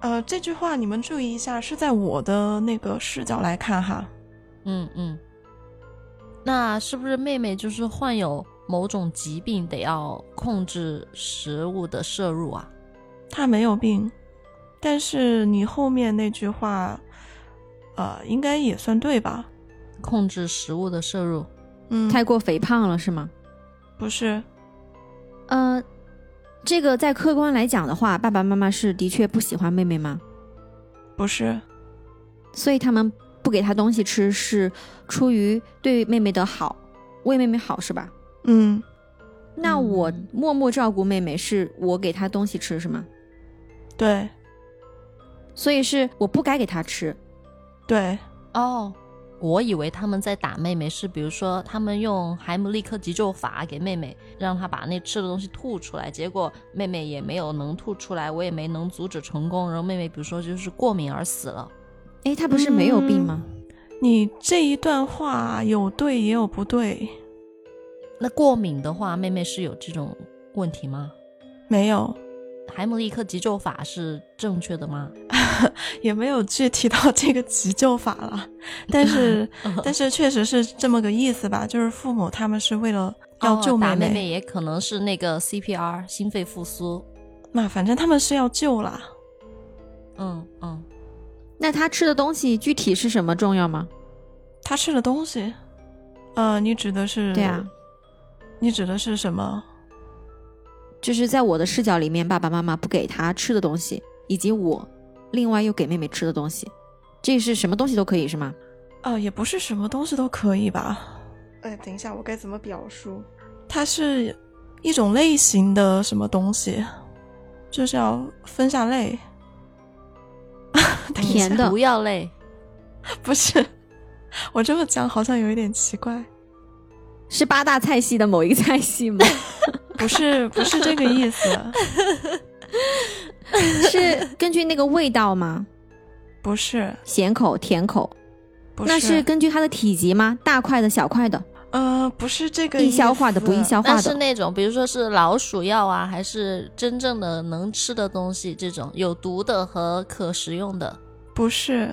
B: 呃，这句话你们注意一下，是在我的那个视角来看哈。
A: 嗯嗯。那是不是妹妹就是患有某种疾病，得要控制食物的摄入啊？
B: 他没有病，但是你后面那句话，呃，应该也算对吧？
A: 控制食物的摄入，
B: 嗯，
C: 太过肥胖了是吗？
B: 不是，
C: 呃，这个在客观来讲的话，爸爸妈妈是的确不喜欢妹妹吗？
B: 不是，
C: 所以他们不给她东西吃是出于对妹妹的好，为妹妹好是吧？
B: 嗯，
C: 那我
A: 嗯
C: 默默照顾妹妹，是我给她东西吃是吗？
B: 对
C: 所以是我不该给她吃，
B: 对，
A: 哦，我以为他们在打妹妹是，比如说他们用海姆立克急救法给妹妹，让她把那吃的东西吐出来，结果妹妹也没有能吐出来，我也没能阻止成功，然后妹妹比如说就是过敏而死了。
C: 诶，她不是没有病吗？
B: 你这一段话有对也有不对，
A: 那过敏的话，妹妹是有这种问题吗？
B: 没有，
A: 海姆立克急救法是正确的吗？
B: 也没有具体到这个急救法了，但是但是确实是这么个意思吧，就是父母他们是为了要
A: 哦
B: 救妹
A: 打妹妹也可能是那个 CPR 心肺复苏。
B: 那反正他们是要救啦。
A: 嗯嗯，
C: 那她吃的东西具体是什么重要吗？
B: 他吃了东西，呃，你指的是
C: 对啊，
B: 你指的是什么？
C: 就是在我的视角里面，爸爸妈妈不给她吃的东西，以及我另外又给妹妹吃的东西，这是什么东西都可以是吗？
B: 啊，也不是什么东西都可以吧？哎，等一下，我该怎么表述？它是一种类型的什么东西，就是要分下类。 等一下
C: 甜的
A: 毒药类。
B: 不是， 我这么讲好像有一点奇怪。
C: 是八大菜系的某一个菜系吗？
B: 不是，不是这个意 思，
C: 是根据那个味道吗？
B: 不是，
C: 咸口、甜口，
B: 不哦是，
C: 那是根据她的体积吗？大块的、小块的，
B: 呃，不是这个
C: 易
B: 意
C: 消化的、不易
B: 思
C: 消
A: 但
C: 化
A: 是
C: 的，
A: 那种，比如说是老鼠药啊，还是真正的能吃的东西，这种有毒的和可食用的。
B: 不是，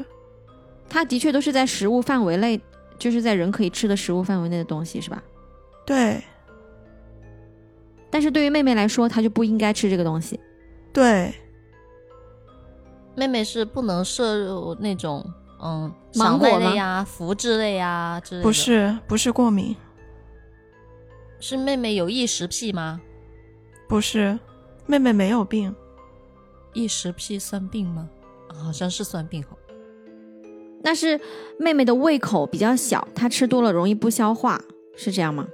C: 它的确都是在食物范围内，就是在人可以吃的食物范围内的东西，是吧？
B: 对
C: 但是对于妹妹来说，她就不应该吃这个东西。
B: 对，
A: 妹妹是不能摄入那种嗯
C: 芒
A: 小麦
C: 果吗
A: 类啊、麸质类啊之类的。
B: 不，是，不是过敏，
A: 是妹妹有异食癖吗？
B: 不是，妹妹没有病，
A: 异食癖算病吗？啊好像是算病哦。
C: 那是妹妹的胃口比较小，她吃多了容易不消化，是这样吗？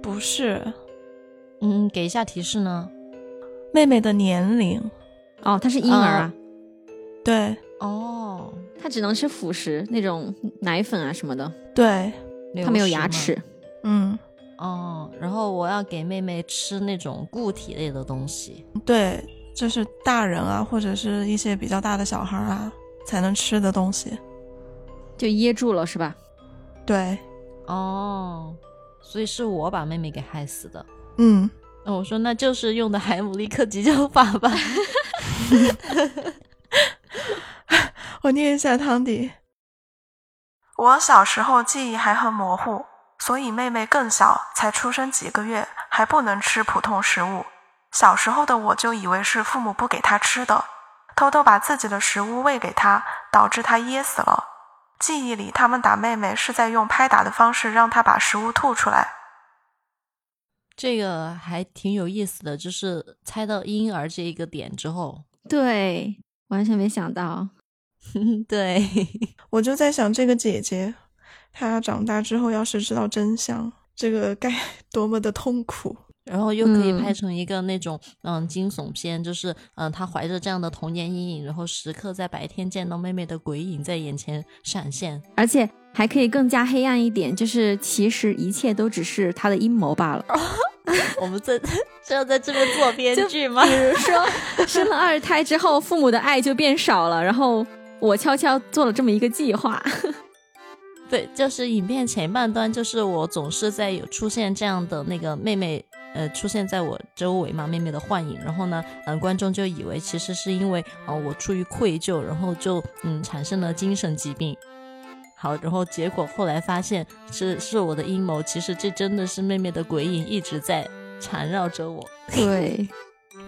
B: 不是
A: 嗯，给一下提示呢？
B: 妹妹的年龄，
C: 哦，她是婴儿啊，
B: 对
A: 哦，
C: 她只能吃辅食那种奶粉啊什么的，
B: 对，
C: 她没有牙齿。
B: 嗯，
A: 哦，然后我要给妹妹吃那种固体类的东西。
B: 对，就是大人啊，或者是一些比较大的小孩啊才能吃的东西，
C: 就噎住了是吧？
B: 对，
A: 哦，所以是我把妹妹给害死的。
B: 嗯，
A: 那我说那就是用的海姆立克急救法吧。
B: 我念一下汤底，
E: 我小时候记忆还很模糊，所以妹妹更小，才出生几个月，还不能吃普通食物。小时候的我就以为是父母不给他吃的，偷偷把自己的食物喂给他，导致他噎死了。记忆里，他们打妹妹是在用拍打的方式让她把食物吐出来。
A: 这个还挺有意思的，就是猜到婴儿这一个点之后，
C: 对，完全没想到。
A: 对，
B: 我就在想，这个姐姐，她长大之后要是知道真相，这个该 多么的痛苦。
A: 然后又可以拍成一个那种嗯惊悚片，就是嗯她怀着这样的童年阴影，然后时刻在白天见到妹妹的鬼影在眼前闪现，
C: 而且还可以更加黑暗一点，就是其实一切都只是她的阴谋 罢了。
A: 我们在是要在这边做编剧吗？
C: 比如说，生了二胎之后，父母的爱就变少了，然后我悄悄做了这么一个计 划。
A: 对，就是影片前半段，就是我总是在有出现这样的那个妹妹，呃，出现在我周围嘛，妹妹的幻影。然后呢，嗯、观众就以为其实是因为，呃，我出于愧疚，然后就嗯产生了精神疾病。好，然后结果后来发现是是我的阴谋，其实这真的是妹妹的鬼影一直在缠绕着我。
C: 对，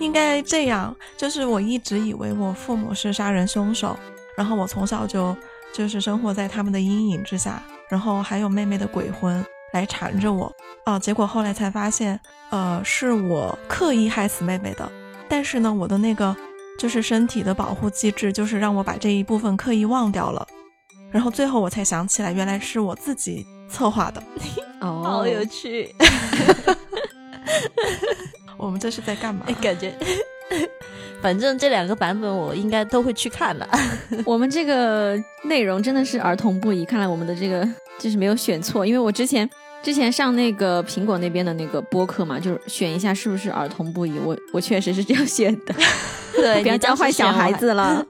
B: 应该这样，就是我一直以为我父母是杀人凶手，然后我从小就就是生活在他们的阴影之下，然后还有妹妹的鬼魂来缠着我啊、结果后来才发现，呃，是我刻意害死妹妹的，但是呢，我的那个就是身体的保护机制，就是让我把这一部分刻意忘掉了，然后最后我才想起来，原来是我自己策划的。
C: 哦，
A: 好有趣，
B: 我们这是在干嘛？
A: 感觉。 反正这两个版本我应该都会去看的。
C: 我们这个内容真的是儿童不宜，看来我们的这个就是没有选错，因为我之前之前上那个苹果那边的那个播客嘛，就是选一下是不是儿童不宜，我我确实是这样选 的，
A: 对，
C: 不要
A: 你
C: 教
A: 当时
C: 坏小
A: 选我
C: 孩
A: 还
C: 子了。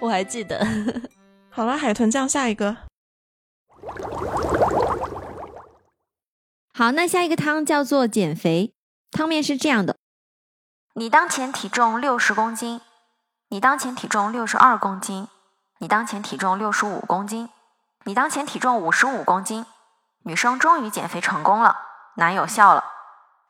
A: 我还记得，
B: 好了，海豚酱下一个，
C: 好，那下一个汤叫做减肥，汤面是这样的，
D: 你当前体重六十公斤，你当前体重六十二公斤，你当前体重六十五公斤，你当前体重五十五公斤。女生终于减肥成功了，男友笑了。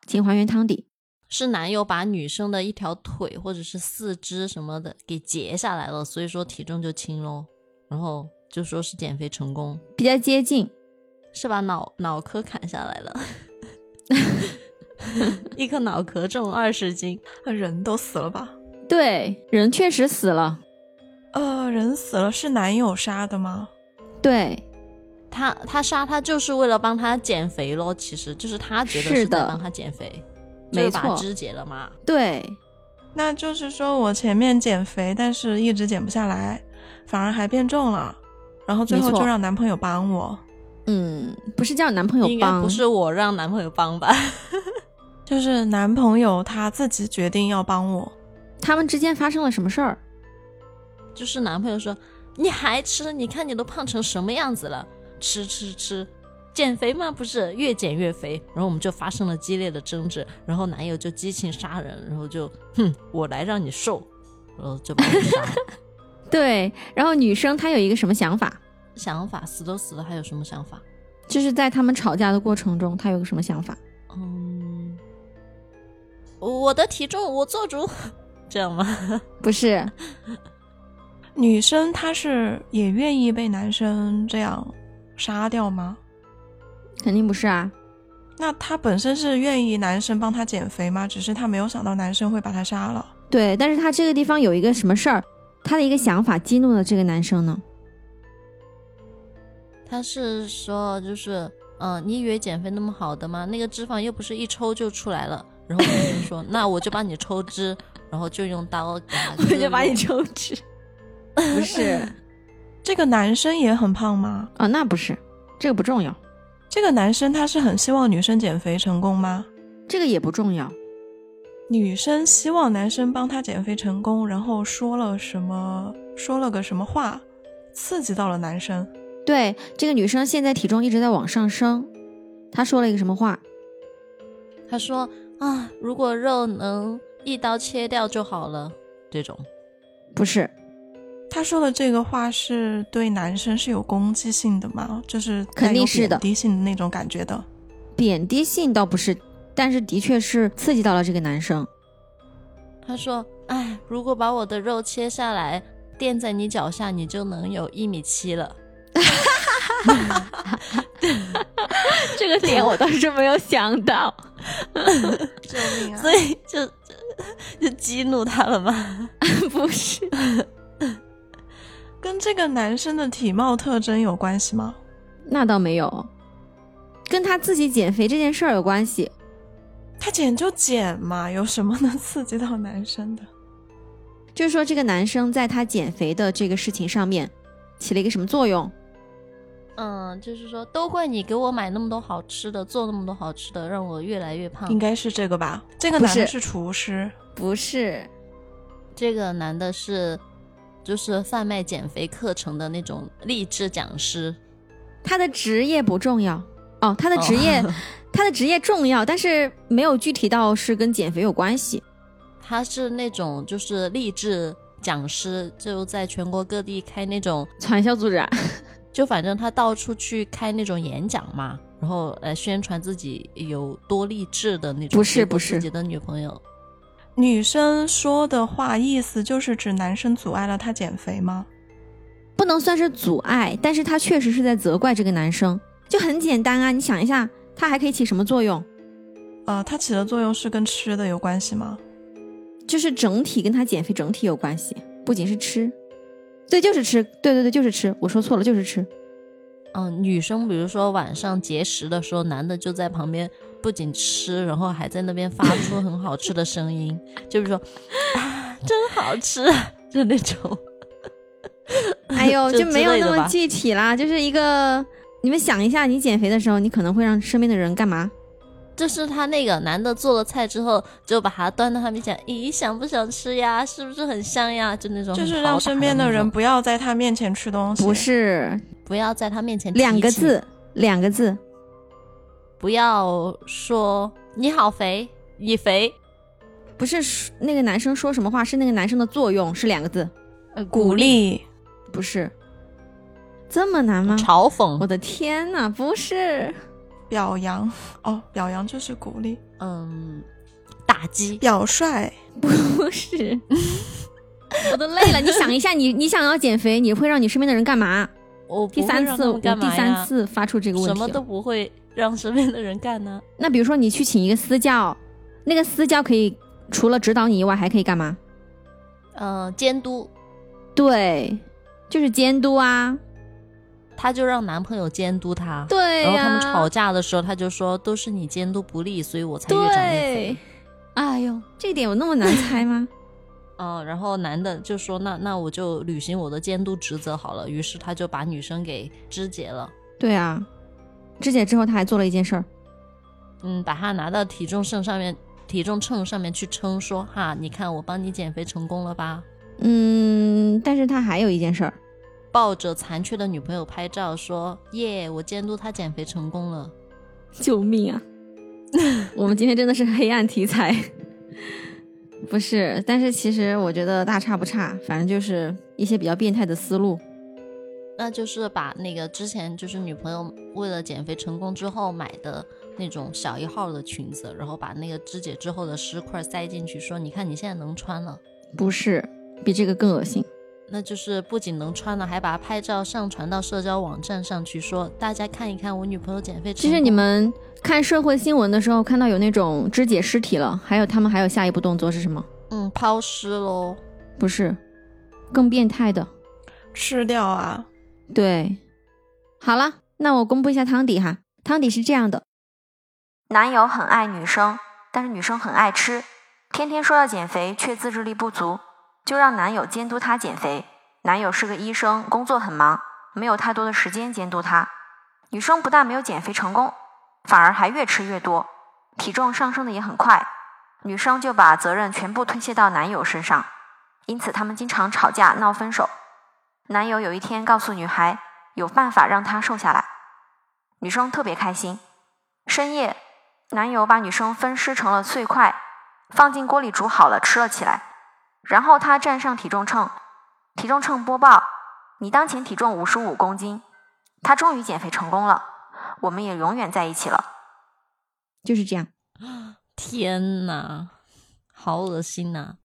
C: 请还原汤底。
A: 是男友把女生的一条腿或者是四肢什么的给截下来了，所以说体重就轻喽，然后就说是减肥成功，
C: 比较接近，
A: 是把脑脑壳砍下来了， 一颗脑壳重二十斤，
B: 人都死了吧？
C: 对，人确实死了，
B: 呃，人死了是男友杀的吗？
C: 对，
A: 他他杀他就是为了帮他减肥咯，其实就是他觉得
C: 是
A: 在
C: 的
A: 帮他减肥，
C: 没
A: 就是把
C: 错
A: 肢解了嘛，
C: 对，
B: 那就是说我前面减肥，但是一直减不下来，反而还变重了，然后最后
C: 没错
B: 就让男朋友帮我，
C: 嗯，不是叫男朋友
A: 应该
C: 帮，
A: 不是我让男朋友帮吧？
B: 就是男朋友他自己决定要帮我，
C: 他们之间发生了什么事儿？
A: 就是男朋友说你还吃，你看你都胖成什么样子了，吃吃吃，减肥嘛不是越减越肥，然后我们就发生了激烈的争执，然后男友就激情杀人，然后就哼我来让你瘦，然后就把我杀了。
C: 对，然后女生她有一个什么想法？
A: 想法死都死了，还有什么想法？
C: 就是在他们吵架的过程中，她有个什么想法？
A: 嗯，我的体重我做主， 这样吗？
C: 不是，
B: 女生她是也愿意被男生这样杀掉吗？
C: 肯定不是啊，
B: 那她本身是愿意男生帮她减肥吗？只是她没有想到男生会把她杀了。
C: 对，但是她这个地方有一个什么事儿，她的一个想法激怒了这个男生呢？
A: 他是说就是，嗯、你以为减肥那么好的吗？那个脂肪又不是一抽就出来了。然后我就说， 那我就帮你抽脂，然后就用刀给他割肉
C: 抽脂， 不是
B: 这个男生也很胖吗？
C: 啊，那不是，这个不重要，
B: 这个男生他是很希望女生减肥成功吗？
C: 这个也不重要，
B: 女生希望男生帮她减肥成功，然后说了什么，说了个什么话，刺激到了男生。
C: 对，这个女生现在体重一直在往上升，她说了一个什么话？
A: 他说啊，如果肉能一刀切掉就好了，这种
C: 不是，
B: 他说的这个话是对男生是有攻击性的吗？就是带有
C: 肯定是的
B: 贬低性的那种感觉的。
C: 贬低性倒不是，但是的确是刺激到了这个男生。
A: 他说：“哎，如果把我的肉切下来垫在你脚下，你就能有一米七了。
C: 这个点我倒是没有想到，
B: 救命”啊！
A: 所以就 就就激怒他了嘛。
C: 不是，
B: 跟这个男生的体貌特征有关系吗？
C: 那倒没有，跟他自己减肥这件事儿有关系。
B: 他减就减嘛，有什么能刺激到男生的？
C: 就是说，这个男生在他减肥的这个事情上面起了一个什么作用？
A: 嗯，就是说，都怪你给我买那么多好吃的，做那么多好吃的，让我越来越胖
B: 应。该是这个吧？这个男
C: 嗯不
B: 的
C: 是
B: 是厨师，
C: 不是，
A: 这个男的是，就是贩卖减肥课程的那种励志讲师。
C: 他的职业不重要哦，他的职 业，
A: 哦
C: 他的职业重要，但是没有具体到是跟减肥有关系。
A: 他是那种就是励志讲师，就在全国各地开那种，
C: 传销组织啊，
A: 就反正他到处去开那种演讲嘛，然后来宣传自己有多励志的那种。
C: 不是
A: 结果
C: 不是
A: 自己的女朋友，
B: 女生说的话意思就是指男生阻碍了她减肥吗？
C: 不能算是阻碍，但是他确实是在责怪这个男生，就很简单啊。你想一下，他还可以起什么作用？
B: 呃，它起的作用是跟吃的有关系吗？
C: 就是整体跟他减肥整体有关系，不仅是吃，对，就是吃，对对对，就是吃，我说错了，就是吃，
A: 嗯，女生比如说晚上节食的时候，男的就在旁边不仅吃，然后还在那边发出很好吃的声音， 就比如说啊，真好吃， 就那种。
C: 哎呦，
A: 就
C: 就没有
A: 之类
C: 那
A: 的
C: 么
A: 吧
C: 具体啦，就是一个，你们想一下，你减肥的时候，你可能会让身边的人干嘛？
A: 就是他那个男的做了菜之后，就把它端到他面前，咦，想不想吃呀？是不是很香呀？就那种很
B: 就是
A: 好
B: 让
A: 打
B: 身边的
A: 那
B: 人
A: 种
B: 不要在他面前吃东西。
C: 不，是
A: 不要在他面前提
C: 两个
A: 起，
C: 字， 两个字，
A: 不要说你好肥，你肥，
C: 不是说那个男生说什么话，是那个男生的作用，是两个字，
A: 呃，
B: 鼓励
C: 不是，这么难吗？
A: 嘲讽
C: 我，的天呐，不是，
B: 表扬哦，表扬就是鼓励，
A: 嗯，打击，
B: 表率
C: 不是，我都累了。你想一下，你你想要减肥，你会让你身边的人干嘛？
A: 我不
C: 第
A: 会
C: 三
A: 让他
C: 次，
A: 们
C: 我
A: 干
C: 第
A: 嘛
C: 三
A: 呀？
C: 次发出这个问题
A: 什
C: 了，
A: 么都不会让身边的人干呢、
C: 那比如说你去请一个私教，那个私教可以除了指导你以外，还可以干嘛？
A: 嗯、监督，
C: 对，就是监督啊。
A: 她就让男朋友监督她。
C: 对
A: 然后
C: 呀、
A: 他们吵架的时候，她就说都是你监督不力，所以我才越长越肥
C: 对。，哎呦，这点有那么难猜吗？
A: 嗯，然后男的就说那那我就履行我的监督职责好了，于是他就把女生给肢解了，
C: 对啊，肢解之后他还做了一件事儿，
A: 嗯，把她拿到体重秤上面，体重秤上面去称说哈，你看我帮你减肥成功了吧？
C: 嗯，但是他还有一件事儿，
A: 抱着残缺的女朋友拍照说耶，我监督她减肥成功了。
C: 救命啊！我们今天真的是黑暗题材，不是？但是其实我觉得大差不差，反正就是一些比较变态的思路。
A: 那就是把那个之前就是女朋友为了减肥成功之后买的那种小一号的裙子，然后把那个肢解之后的尸块塞进去，说你看你现在能穿了。
C: 不是，比这个更恶心。
A: 那就是不仅能穿了，还把它拍照上传到社交网站上去说，大家看一看我女朋友减肥成
C: 就
A: 功。
C: 是你们看社会新闻的时候，哦看到有那种肢解尸体了，还有他们还有下一步动作是什么？
A: 嗯抛尸喽，
C: 不是，更变态的。
B: 吃掉啊，
C: 对，好了，那我公布一下汤底哈。汤底是这样的，
D: 男友很爱女生，但是女生很爱吃，天天说要减肥，却自制力不足，就让男友监督她减肥。男友是个医生，工作很忙，没有太多的时间监督她。女生不但没有减肥成功，反而还越吃越多，体重上升的也很快。女生就把责任全部推卸到男友身上，因此他们经常吵架闹分手。男友有一天告诉女孩有办法让她瘦下来，女生特别开心。深夜，男友把女生分尸成了碎块，放进锅里煮好了吃了起来。然后他站上体重秤，体重秤播报：你当前体重五十五公斤。他终于减肥成功了，我们也永远在一起了。
C: 就是这样。
A: 天呐，好恶心呐、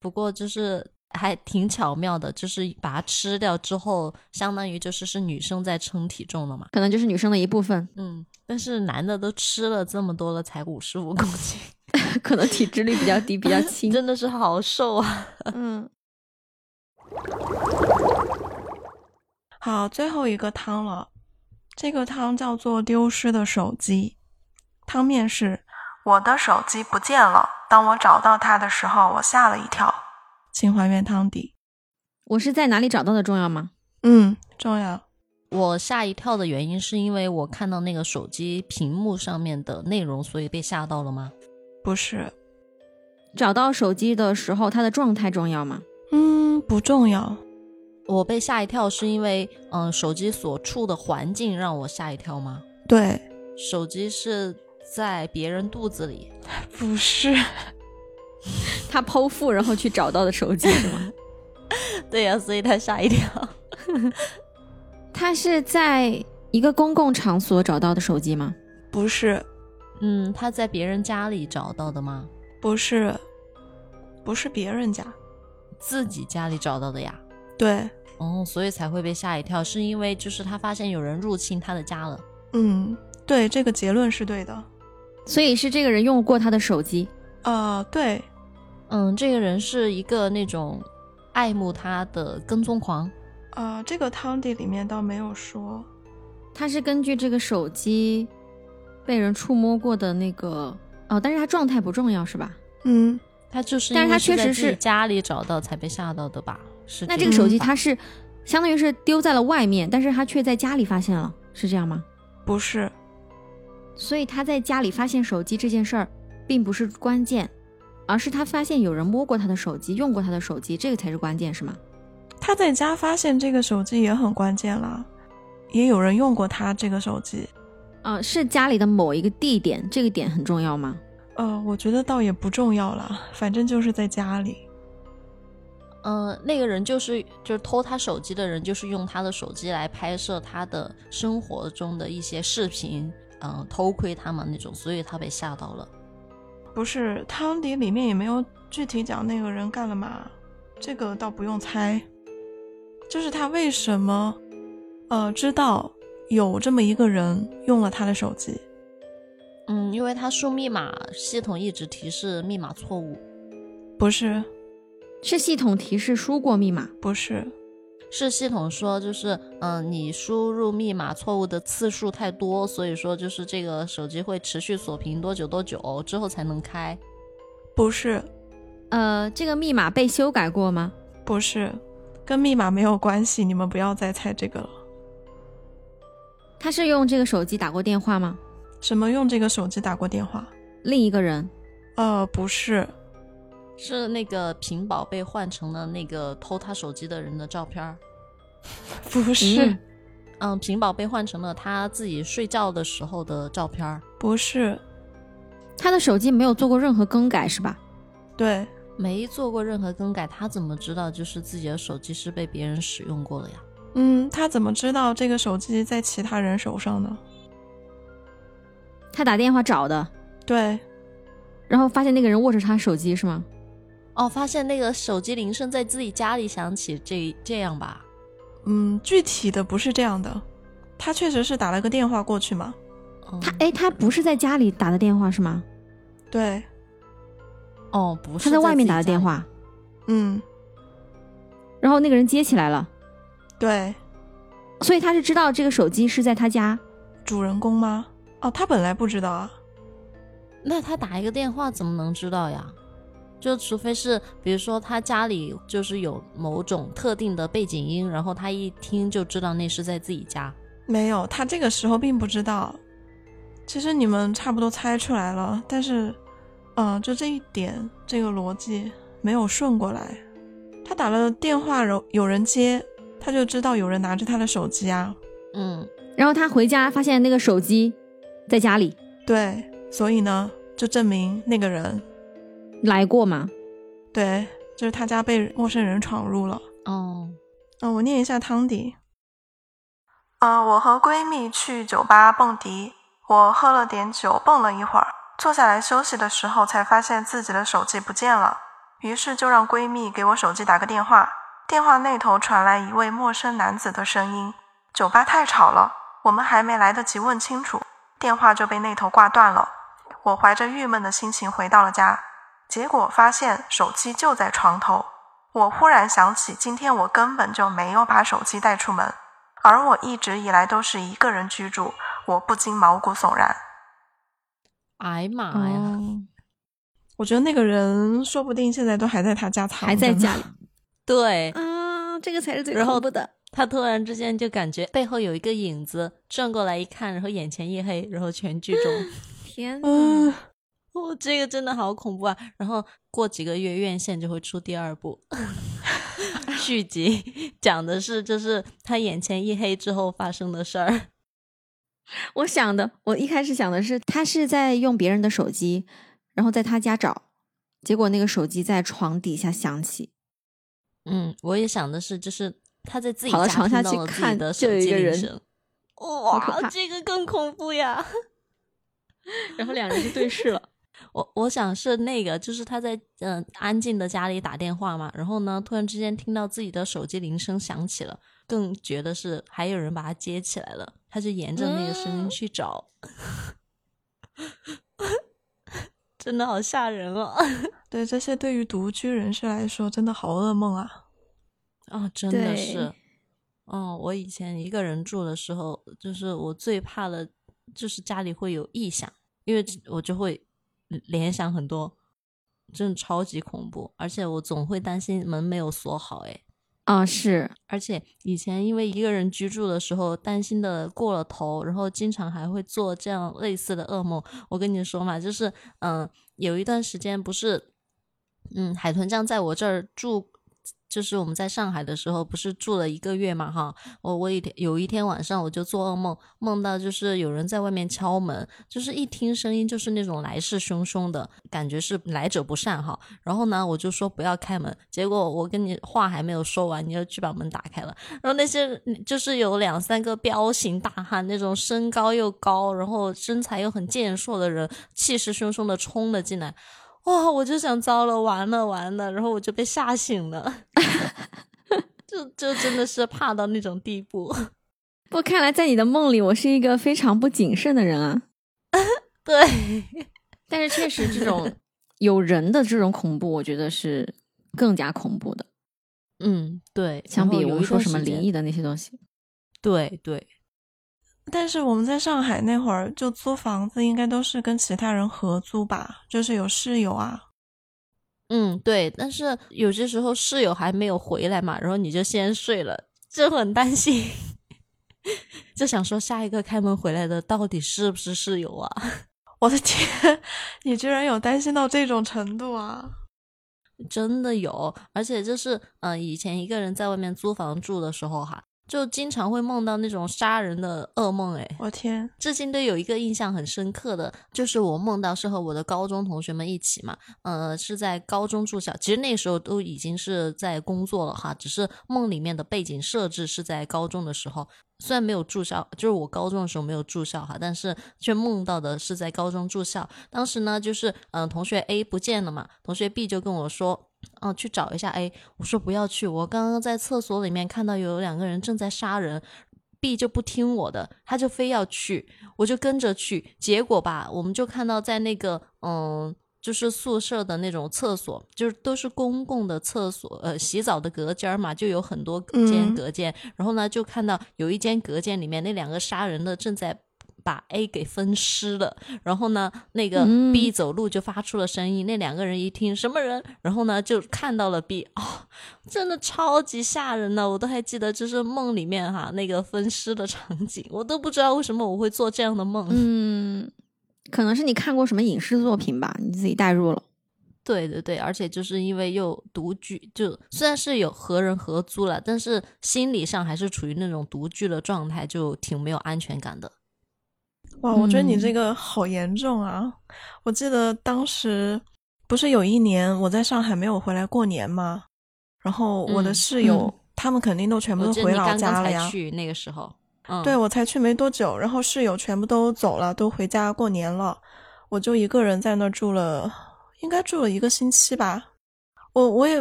A: 不过就是还挺巧妙的，就是把它吃掉之后，相当于就是是女生在称体重了嘛。
C: 可能就是女生的一部分，
A: 嗯，但是男的都吃了这么多了，才五十五公斤，
C: 可能体脂率比较低，比 较轻。
A: 真的是好瘦啊！
C: 嗯，
B: 好，最后一个汤了，这个汤叫做丢失的手机，汤面是
E: 我的手机不见了，当我找到它的时候，我吓了一跳。
B: 请还原汤底。
C: 我是在哪里找到的重要吗？
B: 嗯，重要。
A: 我吓一跳的原因是因为我看到那个手机屏幕上面的内容，所以被吓到了吗？
B: 不是，
C: 找到手机的时候，它的状态重要吗？
B: 嗯，不重要。
A: 我被吓一跳是因为，嗯、手机所处的环境让我吓一跳吗？
B: 对，
A: 手机是在别人肚子里，
B: 不是，
C: 它剖腹然后去找到的手 机是吗？
A: 对呀、所以他吓 一跳。
C: 它是在一个公共场所找到的手机吗？
B: 不是，
A: 嗯，他在别人家里找到的吗？
B: 不是，不是别人家。
A: 自己家里找到的呀。
B: 对，
A: 哦，所以才会被吓一跳，是因为就是他发现有人入侵他的家了。
B: 嗯，对，这个结论是对的。
C: 所以是这个人用过他的手机，
B: 呃，对，
A: 嗯，这个人是一个那种爱慕他的跟踪狂。
B: 呃，这个汤底里面倒没有说。
C: 他是根据这个手机被人触摸过的那个哦，但是他状态不重要是吧？
B: 嗯，
A: 他就是因
C: 但
A: 为
C: 是他确
A: 在
C: 实
A: 自己
C: 是
A: 家里找到才被吓到的吧？是
C: 那
A: 这
C: 这个手机
A: 吧
C: 它是相当于是丢在了外面，但是他却在家里发现了，是这样吗？
B: 不是，
C: 所以他在家里发现手机这件事儿，并不是关键，而是他发现有人摸过他的手机，用过他的手机，这个才是关键，是吗？
B: 他在家发现这个手机也很关键啦，也有人用过他这个手机。
C: 啊、是家里的某一个地点，这个点很重要吗？
B: 呃，我觉得倒也不重要啦，反正就是在家里。
A: 嗯、那个人就是就是偷他手机的人，就是用他的手机来拍摄他的生活中的一些视频，嗯、偷窥他们那种，所以他被吓到了。
B: 不是汤底里面也没有具体讲那个人干了嘛，这个倒不用猜。就是他为什么，呃，知道有这么一个人用了他的手机。
A: 嗯，因为他输密码，系统一直提示密码错误，
B: 不是，
C: 是系统提示输过密码，
B: 不是，
A: 是系统说就是嗯、呃你输入密码错误的次数太多，所以说就是这个手机会持续锁屏多久多久之后才能开。
B: 不是，
C: 呃，这个密码被修改过吗？
B: 不是，跟密码没有关系，你们不要再猜这个了。
C: 他是用这个手机打过电话吗？
B: 什么用这个手机打过电话？
C: 另一个人
B: 呃，不是，
A: 是那个屏保被换成了那个偷他手机的人的照片儿。
B: 不是，
C: 嗯
A: 嗯，屏保被换成了他自己睡觉的时候的照片儿。
B: 不是，
C: 他的手机没有做过任何更改是吧？
B: 对，
A: 没做过任何更改，他怎么知道就是自己的手机是被别人使用过的呀？
B: 嗯，他怎么知道这个手机在其他人手上呢？
C: 他打电话找的，
B: 对，
C: 然后发现那个人握着他手机是吗？
A: 哦，发现那个手机铃声在自己家里响起，这这样吧？
B: 嗯，具体的不是这样的，他确实是打了个电话过去嘛。
A: 嗯、
C: 他哎，他不是在家里打的电话是吗？
B: 对，
A: 哦，不是
C: 他在外面
A: 自己
C: 打的
A: 家
C: 电
A: 里，
C: 话，
B: 嗯，
C: 然后那个人接起来了，
B: 对，
C: 所以他是知道这个手机是在他家。
B: 主人公吗？哦，他本来不知道啊。
A: 那他打一个电话怎么能知道呀？就除非是比如说他家里就是有某种特定的背景音，然后他一听就知道那是在自己家。
B: 没有，他这个时候并不知道。其实你们差不多猜出来了，但是，嗯、就这一点，这个逻辑没有顺过来。他打了电话，有有人接，他就知道有人拿着他的手机啊。
A: 嗯，
C: 然后他回家发现那个手机在家里
B: 对，所以呢，就证明那个人，
C: 来过吗？
B: 对，就是他家被陌生人闯入了。
A: 哦，
B: 嗯、我念一下汤底。
E: 呃，我和闺蜜去酒吧蹦迪，我喝了点酒，蹦了一会儿，坐下来休息的时候，才发现自己的手机不见了，于是就让闺蜜给我手机打个电话。电话那头传来一位陌生男子的声音：“酒吧太吵了，我们还没来得及问清楚，电话就被那头挂断了。”我怀着郁闷的心情回到了家，结果发现手机就在床头。我忽然想起，今天我根本就没有把手机带出门，而我一直以来都是一个人居住，我不禁毛骨悚然。
A: 哎妈呀！
C: 哦
B: 我觉得那个人说不定现在都还在他家藏着呢，
C: 还在家里
A: 对
C: 啊，这个才是最
A: 然后
C: 恐怖的。
A: 他突然之间就感觉背后有一个影子，转过来一看，然后眼前一黑，然后全 剧终。
C: 天哪，
B: 嗯，
A: 哦，这个真的好恐怖啊！然后过几个月，院线就会出第二部 续集，讲的是就是他眼前一黑之后发生的事儿。
C: 我想的，我一开始想的是他是在用别人的手机，然后在他家找，结果那个手机在床底下响起，
A: 嗯，我也想的是，就是他在自己
C: 跑到
A: 家
C: 床
A: 听
C: 下
A: 到
C: 去
A: 了自己
C: 看
A: 的
C: 就
A: 手
C: 有一
A: 机
C: 个
A: 铃
C: 人
A: 声
C: 好可
A: 哇，
C: 怕
A: 这个更恐怖呀！
C: 然后两人就对视了。
A: 我我想是那个，就是他在嗯、呃安静的家里打电话嘛，然后呢，突然之间听到自己的手机铃声响起了，更觉得是还有人把他接起来了，他就沿着那个声音去找， 真的好吓人哦！
B: 对，这些对于独居人士来说，真的好噩梦啊！
A: 啊，真的是
C: 对，
A: 嗯，我以前一个人住的时候，就是我最怕的，就是家里会有异响，因为我就会联想很多，真的超级恐怖，而且我总会担心门没有锁好，哎，
C: 啊，是
A: 而且以前因为一个人居住的时候，担心的过了头，然后经常还会做这样类似的噩梦。我跟你说嘛，就是嗯、呃有一段时间不是，嗯，海豚酱在我这儿住，就是我们在上海的时候，不是住了一个月嘛哈。我我一天有一天晚上我就做噩梦，梦到就是有人在外面敲门，就是一听声音就是那种来势汹汹的感觉，是来者不善哈。然后呢，我就说不要开门，结果我跟你话还没有说完，你就去把门打开了。然后那些嗯就是有两三个彪形大汉，那种身高又高，然后身材又很健硕的人，气势汹汹的冲了进来。哇、我就想糟了，完了完了，然后我就被吓醒了， 就就真的是怕到那种地步。
C: 不，看来在你的梦里，我是一个非常不谨慎的人啊。
A: 对，
C: 但是确实，这种 有人的这种恐怖，我觉得是更加恐怖的，
A: 嗯，对，
C: 相比
A: 然后
C: 我
A: 有一
C: 们说
A: 段
C: 什么
A: 时间
C: 灵异，的那些东西。
A: 对对，
B: 但是我们在上海那会儿就租房子，应该都是跟其他人合租吧，就是有室友啊。
A: 嗯，对，但是有些时候室友还没有回来嘛，然后你就先睡了，就很担心， 就想说下一个开门回来的到底是不是室友啊？
B: 我的天， 你居然有担心到这种程度啊！
A: 真的有，而且就是嗯、呃以前一个人在外面租房住的时候哈，就经常会梦到那种杀人的噩梦，哎诶，
B: 我天，
A: 至今都有一个印象很深刻的，就是我梦到是和我的高中同学们一起嘛，呃，是在高中住校，其实那时候都已经是在工作了哈，只是梦里面的背景设置是在高中的时候，虽然没有住校，就是我高中的时候没有住校哈，但是却梦到的是在高中住校。当时呢，就是嗯、呃同学 A 不见了嘛，同学 B 就跟我说。嗯，去找一下 A，我说不要去，我刚刚在厕所里面看到有两个人正在杀人，B 就不听我的，他就非要去，我就跟着去，结果吧，我们就看到在那个嗯，就是宿舍的那种厕所，就是都是公共的厕所，呃，洗澡的隔间儿嘛，就有很多间
B: 嗯
A: 隔间，然后呢，就看到有一间隔间里面那两个杀人的正在。把 A 给分尸了，然后呢，那个
C: 嗯
A: B 走路就发出了声音，那两个人一听什么人，然后呢就看到了 B，哦，真的超级吓人呢！我都还记得，就是梦里面哈那个分尸的场景，我都不知道为什么我会做这样的梦。
C: 嗯，可能是你看过什么影视作品吧，你自己代入了。
A: 对对对，而且就是因为又独居，就虽然是有和人合租了，但是心理上还是处于那种独居的状态，就挺没有安全感的。
B: 哇，我觉得你
C: 嗯
B: 这个好严重啊！我记得当时不是有一年我在上海没有回来过年吗？然后我的
A: 嗯
B: 室友、
C: 嗯
B: 他们肯定都全部
A: 我
B: 都
A: 记得
B: 回
A: 你
B: 老
A: 刚
B: 家
A: 刚
B: 了
A: 才
B: 呀。
A: 去那个时候，嗯，
B: 对，我才去没多久，然后室友全部都走了，都回家过年了。我就一个人在那儿住了，应该住了一个星期吧。我我也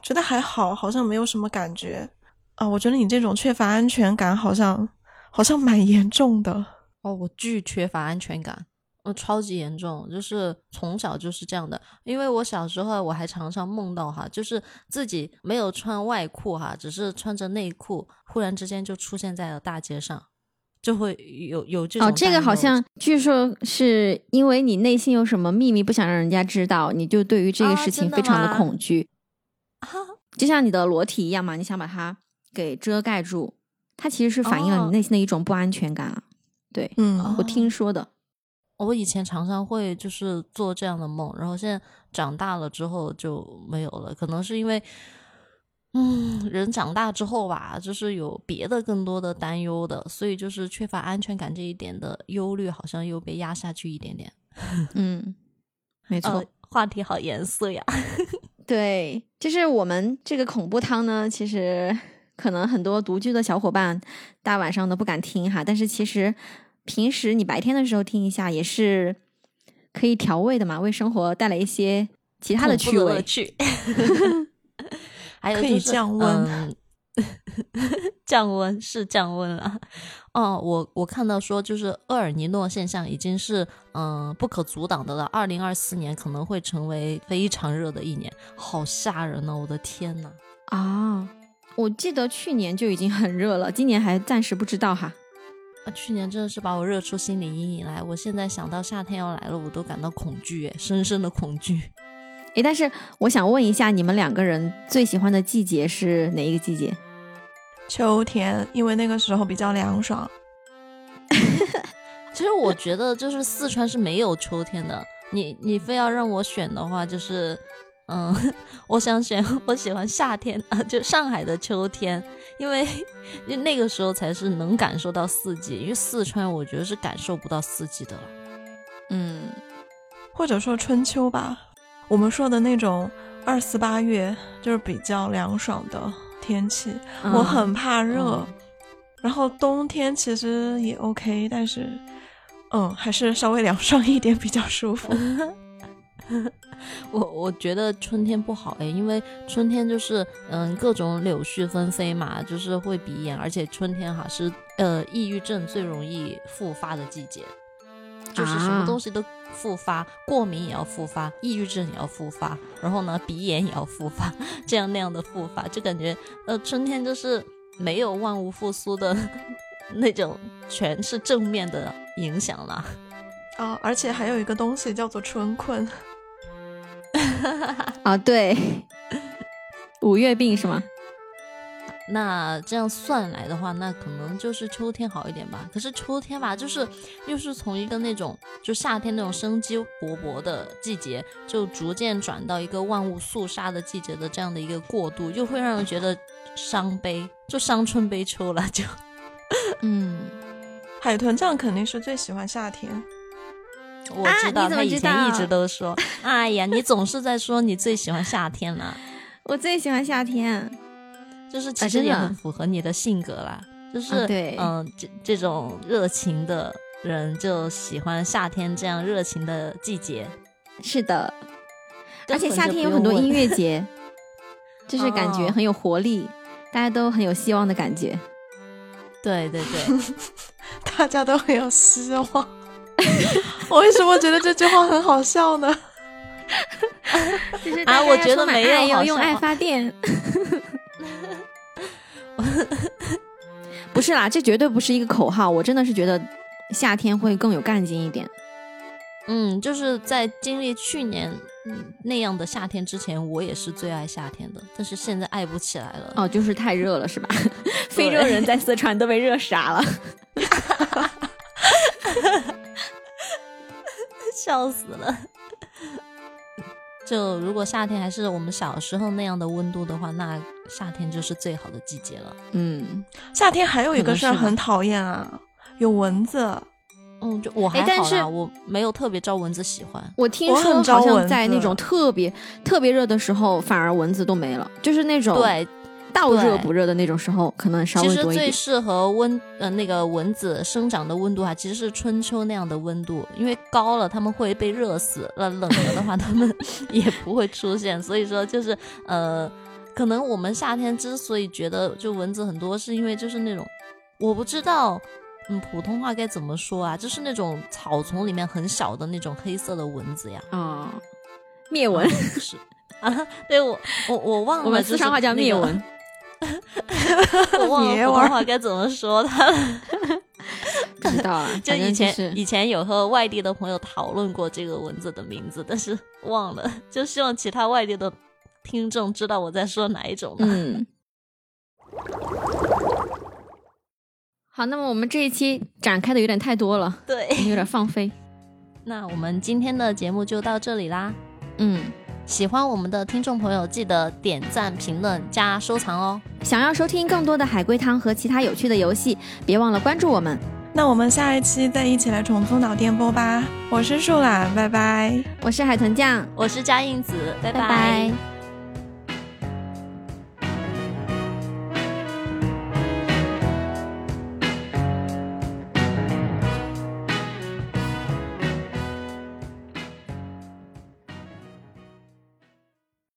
B: 觉得还好，好像没有什么感觉啊。我觉得你这种缺乏安全感，好像好像蛮严重的。
A: 哦，我巨缺乏安全感，我超级严重，就是从小就是这样的。因为我小时候我还常常梦到哈，就是自己没有穿外裤哈，只是穿着内裤，忽然之间就出现在了大街上，就会有有这种。
C: 哦，这个好像据说是因为你内心有什么秘密不想让人家知道，你就对于这个事情
A: 啊真的吗
C: 非常的 恐惧，
A: 啊，
C: 就像你的裸体一样嘛，你想把它给遮盖住，它其实是反映了
A: 哦
C: 你内心的一种不安全感啊。对，
B: 嗯，
C: 我听说的。
A: 我以前常常会就是做这样的梦，然后现在长大了之后就没有了，可能是因为，嗯，人长大之后吧，就是有别的更多的担忧的，所以就是缺乏安全感这一点的忧虑，好像又被压下去一点点。
C: 嗯，没错。
A: 呃，话题好严肃呀。
C: 对，就是我们这个恐怖汤呢，其实可能很多独居的小伙伴大晚上都不敢听哈，但是其实平时你白天的时候听一下也是可以调味的嘛，为生活带来一些其他的
A: 恐
C: 趣
A: 怖乐
C: 味。
A: 趣。 还有、
B: 可
A: 就是、
B: 以降温
A: 嗯 降温是降温了。哦，我我看到说，就是厄尔尼诺现象已经是嗯、不可阻挡的了。二零二四年可能会成为非常热的一年，好吓人呢、我的天呐！
C: 啊！我记得去年就已经很热了，今年还暂时不知道哈。
A: 啊，去年真的是把我热出心理阴影来。我现在想到夏天要来了，我都感到恐惧，哎，深深的恐惧。
C: 诶，但是我想问一下，你们两个人最喜欢的季节是哪一个季节？
B: 秋天，因为那个时候比较凉爽。
A: 其实我觉得，就是四川是没有秋天的。你你非要让我选的话，就是，嗯， 我想选我喜欢夏天啊，就上海的秋天，因为因为那个时候才是能感受到四季。因为四川，我觉得是感受不到四季的了。
C: 嗯，
B: 或者说春秋吧。我们说的那种二四八月，就是比较凉爽的天气。
C: 嗯
B: 我很怕热，
A: 嗯
B: 然后冬天其实也 OK，但是嗯，还是稍微凉爽一点比较舒服。
A: 我我觉得春天不好哎，因为春天就是嗯各种柳絮纷飞嘛，就是会鼻炎，而且春天哈是呃抑郁症最容易复发的季节，就是什么
C: 啊
A: 东西都复发，过敏也要复发，抑郁症也要复发，然后呢鼻炎也要复发， 这样那样的复发，就感觉呃春天就是没有万物复苏的 那种，全是正面的影响了。
B: 啊，而且还有一个东西叫做春困，
C: 啊，对， 五月病是吗？
A: 那这样算来的话，那可能就是秋天好一点吧。可是秋天吧，就是又是从一个那种就夏天那种生机勃勃的季节，就逐渐转到一个万物肃杀的季节的这样的一个过渡，又会让人觉得伤悲，就伤春悲秋了。 就
C: 嗯，
B: 海豚酱肯定是最喜欢夏天。
A: 我知道、
C: 啊你怎
A: 他
C: 么
A: 以
C: 知
A: 前
C: 道
A: 一直都说，哎呀，你总是在说你最喜欢夏天啦，
C: 我最喜欢夏天。
A: 就是其
C: 啊
A: 实
C: 真的
A: 也很符合哎你的性格啦，就是、
C: 啊对
A: 嗯，这这种热情的人就喜欢夏天这样热情的季节，
C: 是的，而
A: 根
C: 且
A: 本就
C: 夏天有
A: 不
C: 很多
A: 用问
C: 音乐 节，就是感觉
A: 哦
C: 很有活力，大家都很有希望的感觉。
A: 对对对，
B: 大家都很有希望。我为什么觉得这句话很好笑呢？
C: 就是
A: 大家我觉要得充满没有爱要好
C: 要
A: 用
C: 用
A: 像爱
C: 爱
A: 啊
C: 发电。不是啦，这绝对不是一个口号，我真的是觉得夏天会更有干劲一点。
A: 嗯，就是在经历去年嗯那样的夏天之前，我也是最爱夏天的，但是现在爱不起来了。
C: 哦，就是太热了是吧？ 非洲人在四川都被热 傻了。
A: 笑死了。就如果夏天还是我们小时候那样的温度的话，那夏天就是最好的季节了。
C: 嗯，
B: 夏天还有一个事儿
C: 可能是吧
B: 很讨厌啊，有蚊子。
A: 嗯，就我还好
C: 哎但
A: 啦，
C: 是
A: 我没有特别招蚊子喜欢。
C: 我听
B: 我很
C: 说
B: 招
C: 好像
B: 蚊
C: 在那
B: 子
C: 种特别特别热的时候，反而蚊子都没了，就是那种
A: 对，
C: 到热
A: 对
C: 不热的那种时候，可能稍
A: 其
C: 微
A: 实
C: 多一
A: 最
C: 点。
A: 适合温呃那个蚊子生长的温度啊，其实是春秋那样的温度，因为高了它们会被热死，那冷了的话它们 也不会出现。所以说就是呃，可能我们夏天之所以觉得就蚊子很多，是因为就是那种我不知道。嗯，普通话该怎么说啊？就是那种草丛里面很小的那种黑色的蚊子呀，
C: 啊、灭 蚊，
A: 是啊，对我我我忘了，
C: 我们
A: 就是
C: 四川话叫
A: 那
C: 灭
A: 个
C: 蚊，
A: 我忘 了
B: 野
A: 普
B: 味儿
A: 通话该怎么说它了。
C: 不知道 啊，
A: 就
C: 反正
A: 以前、
C: 是
A: 以前有和外地的朋友讨论过这个蚊子的名字，但是 忘了，就希望其他外地的听众知道我在说哪一种吧。
C: 嗯。好，那么我们这一期展开的有点太多 了，
A: 对，
C: 有点放飞。
A: 那我们今天的节目就到这里啦。
C: 嗯，
A: 喜欢我们的听众朋友，记得点赞、评论、加收藏哦。
C: 想要收听更多的海龟汤和其他有趣的游戏，别忘了关注我们。
B: 那我们下一期再一起来重复脑电波吧。我是树懒，拜拜。
C: 我是海豚酱，
A: 我是佳印子，拜
C: 拜拜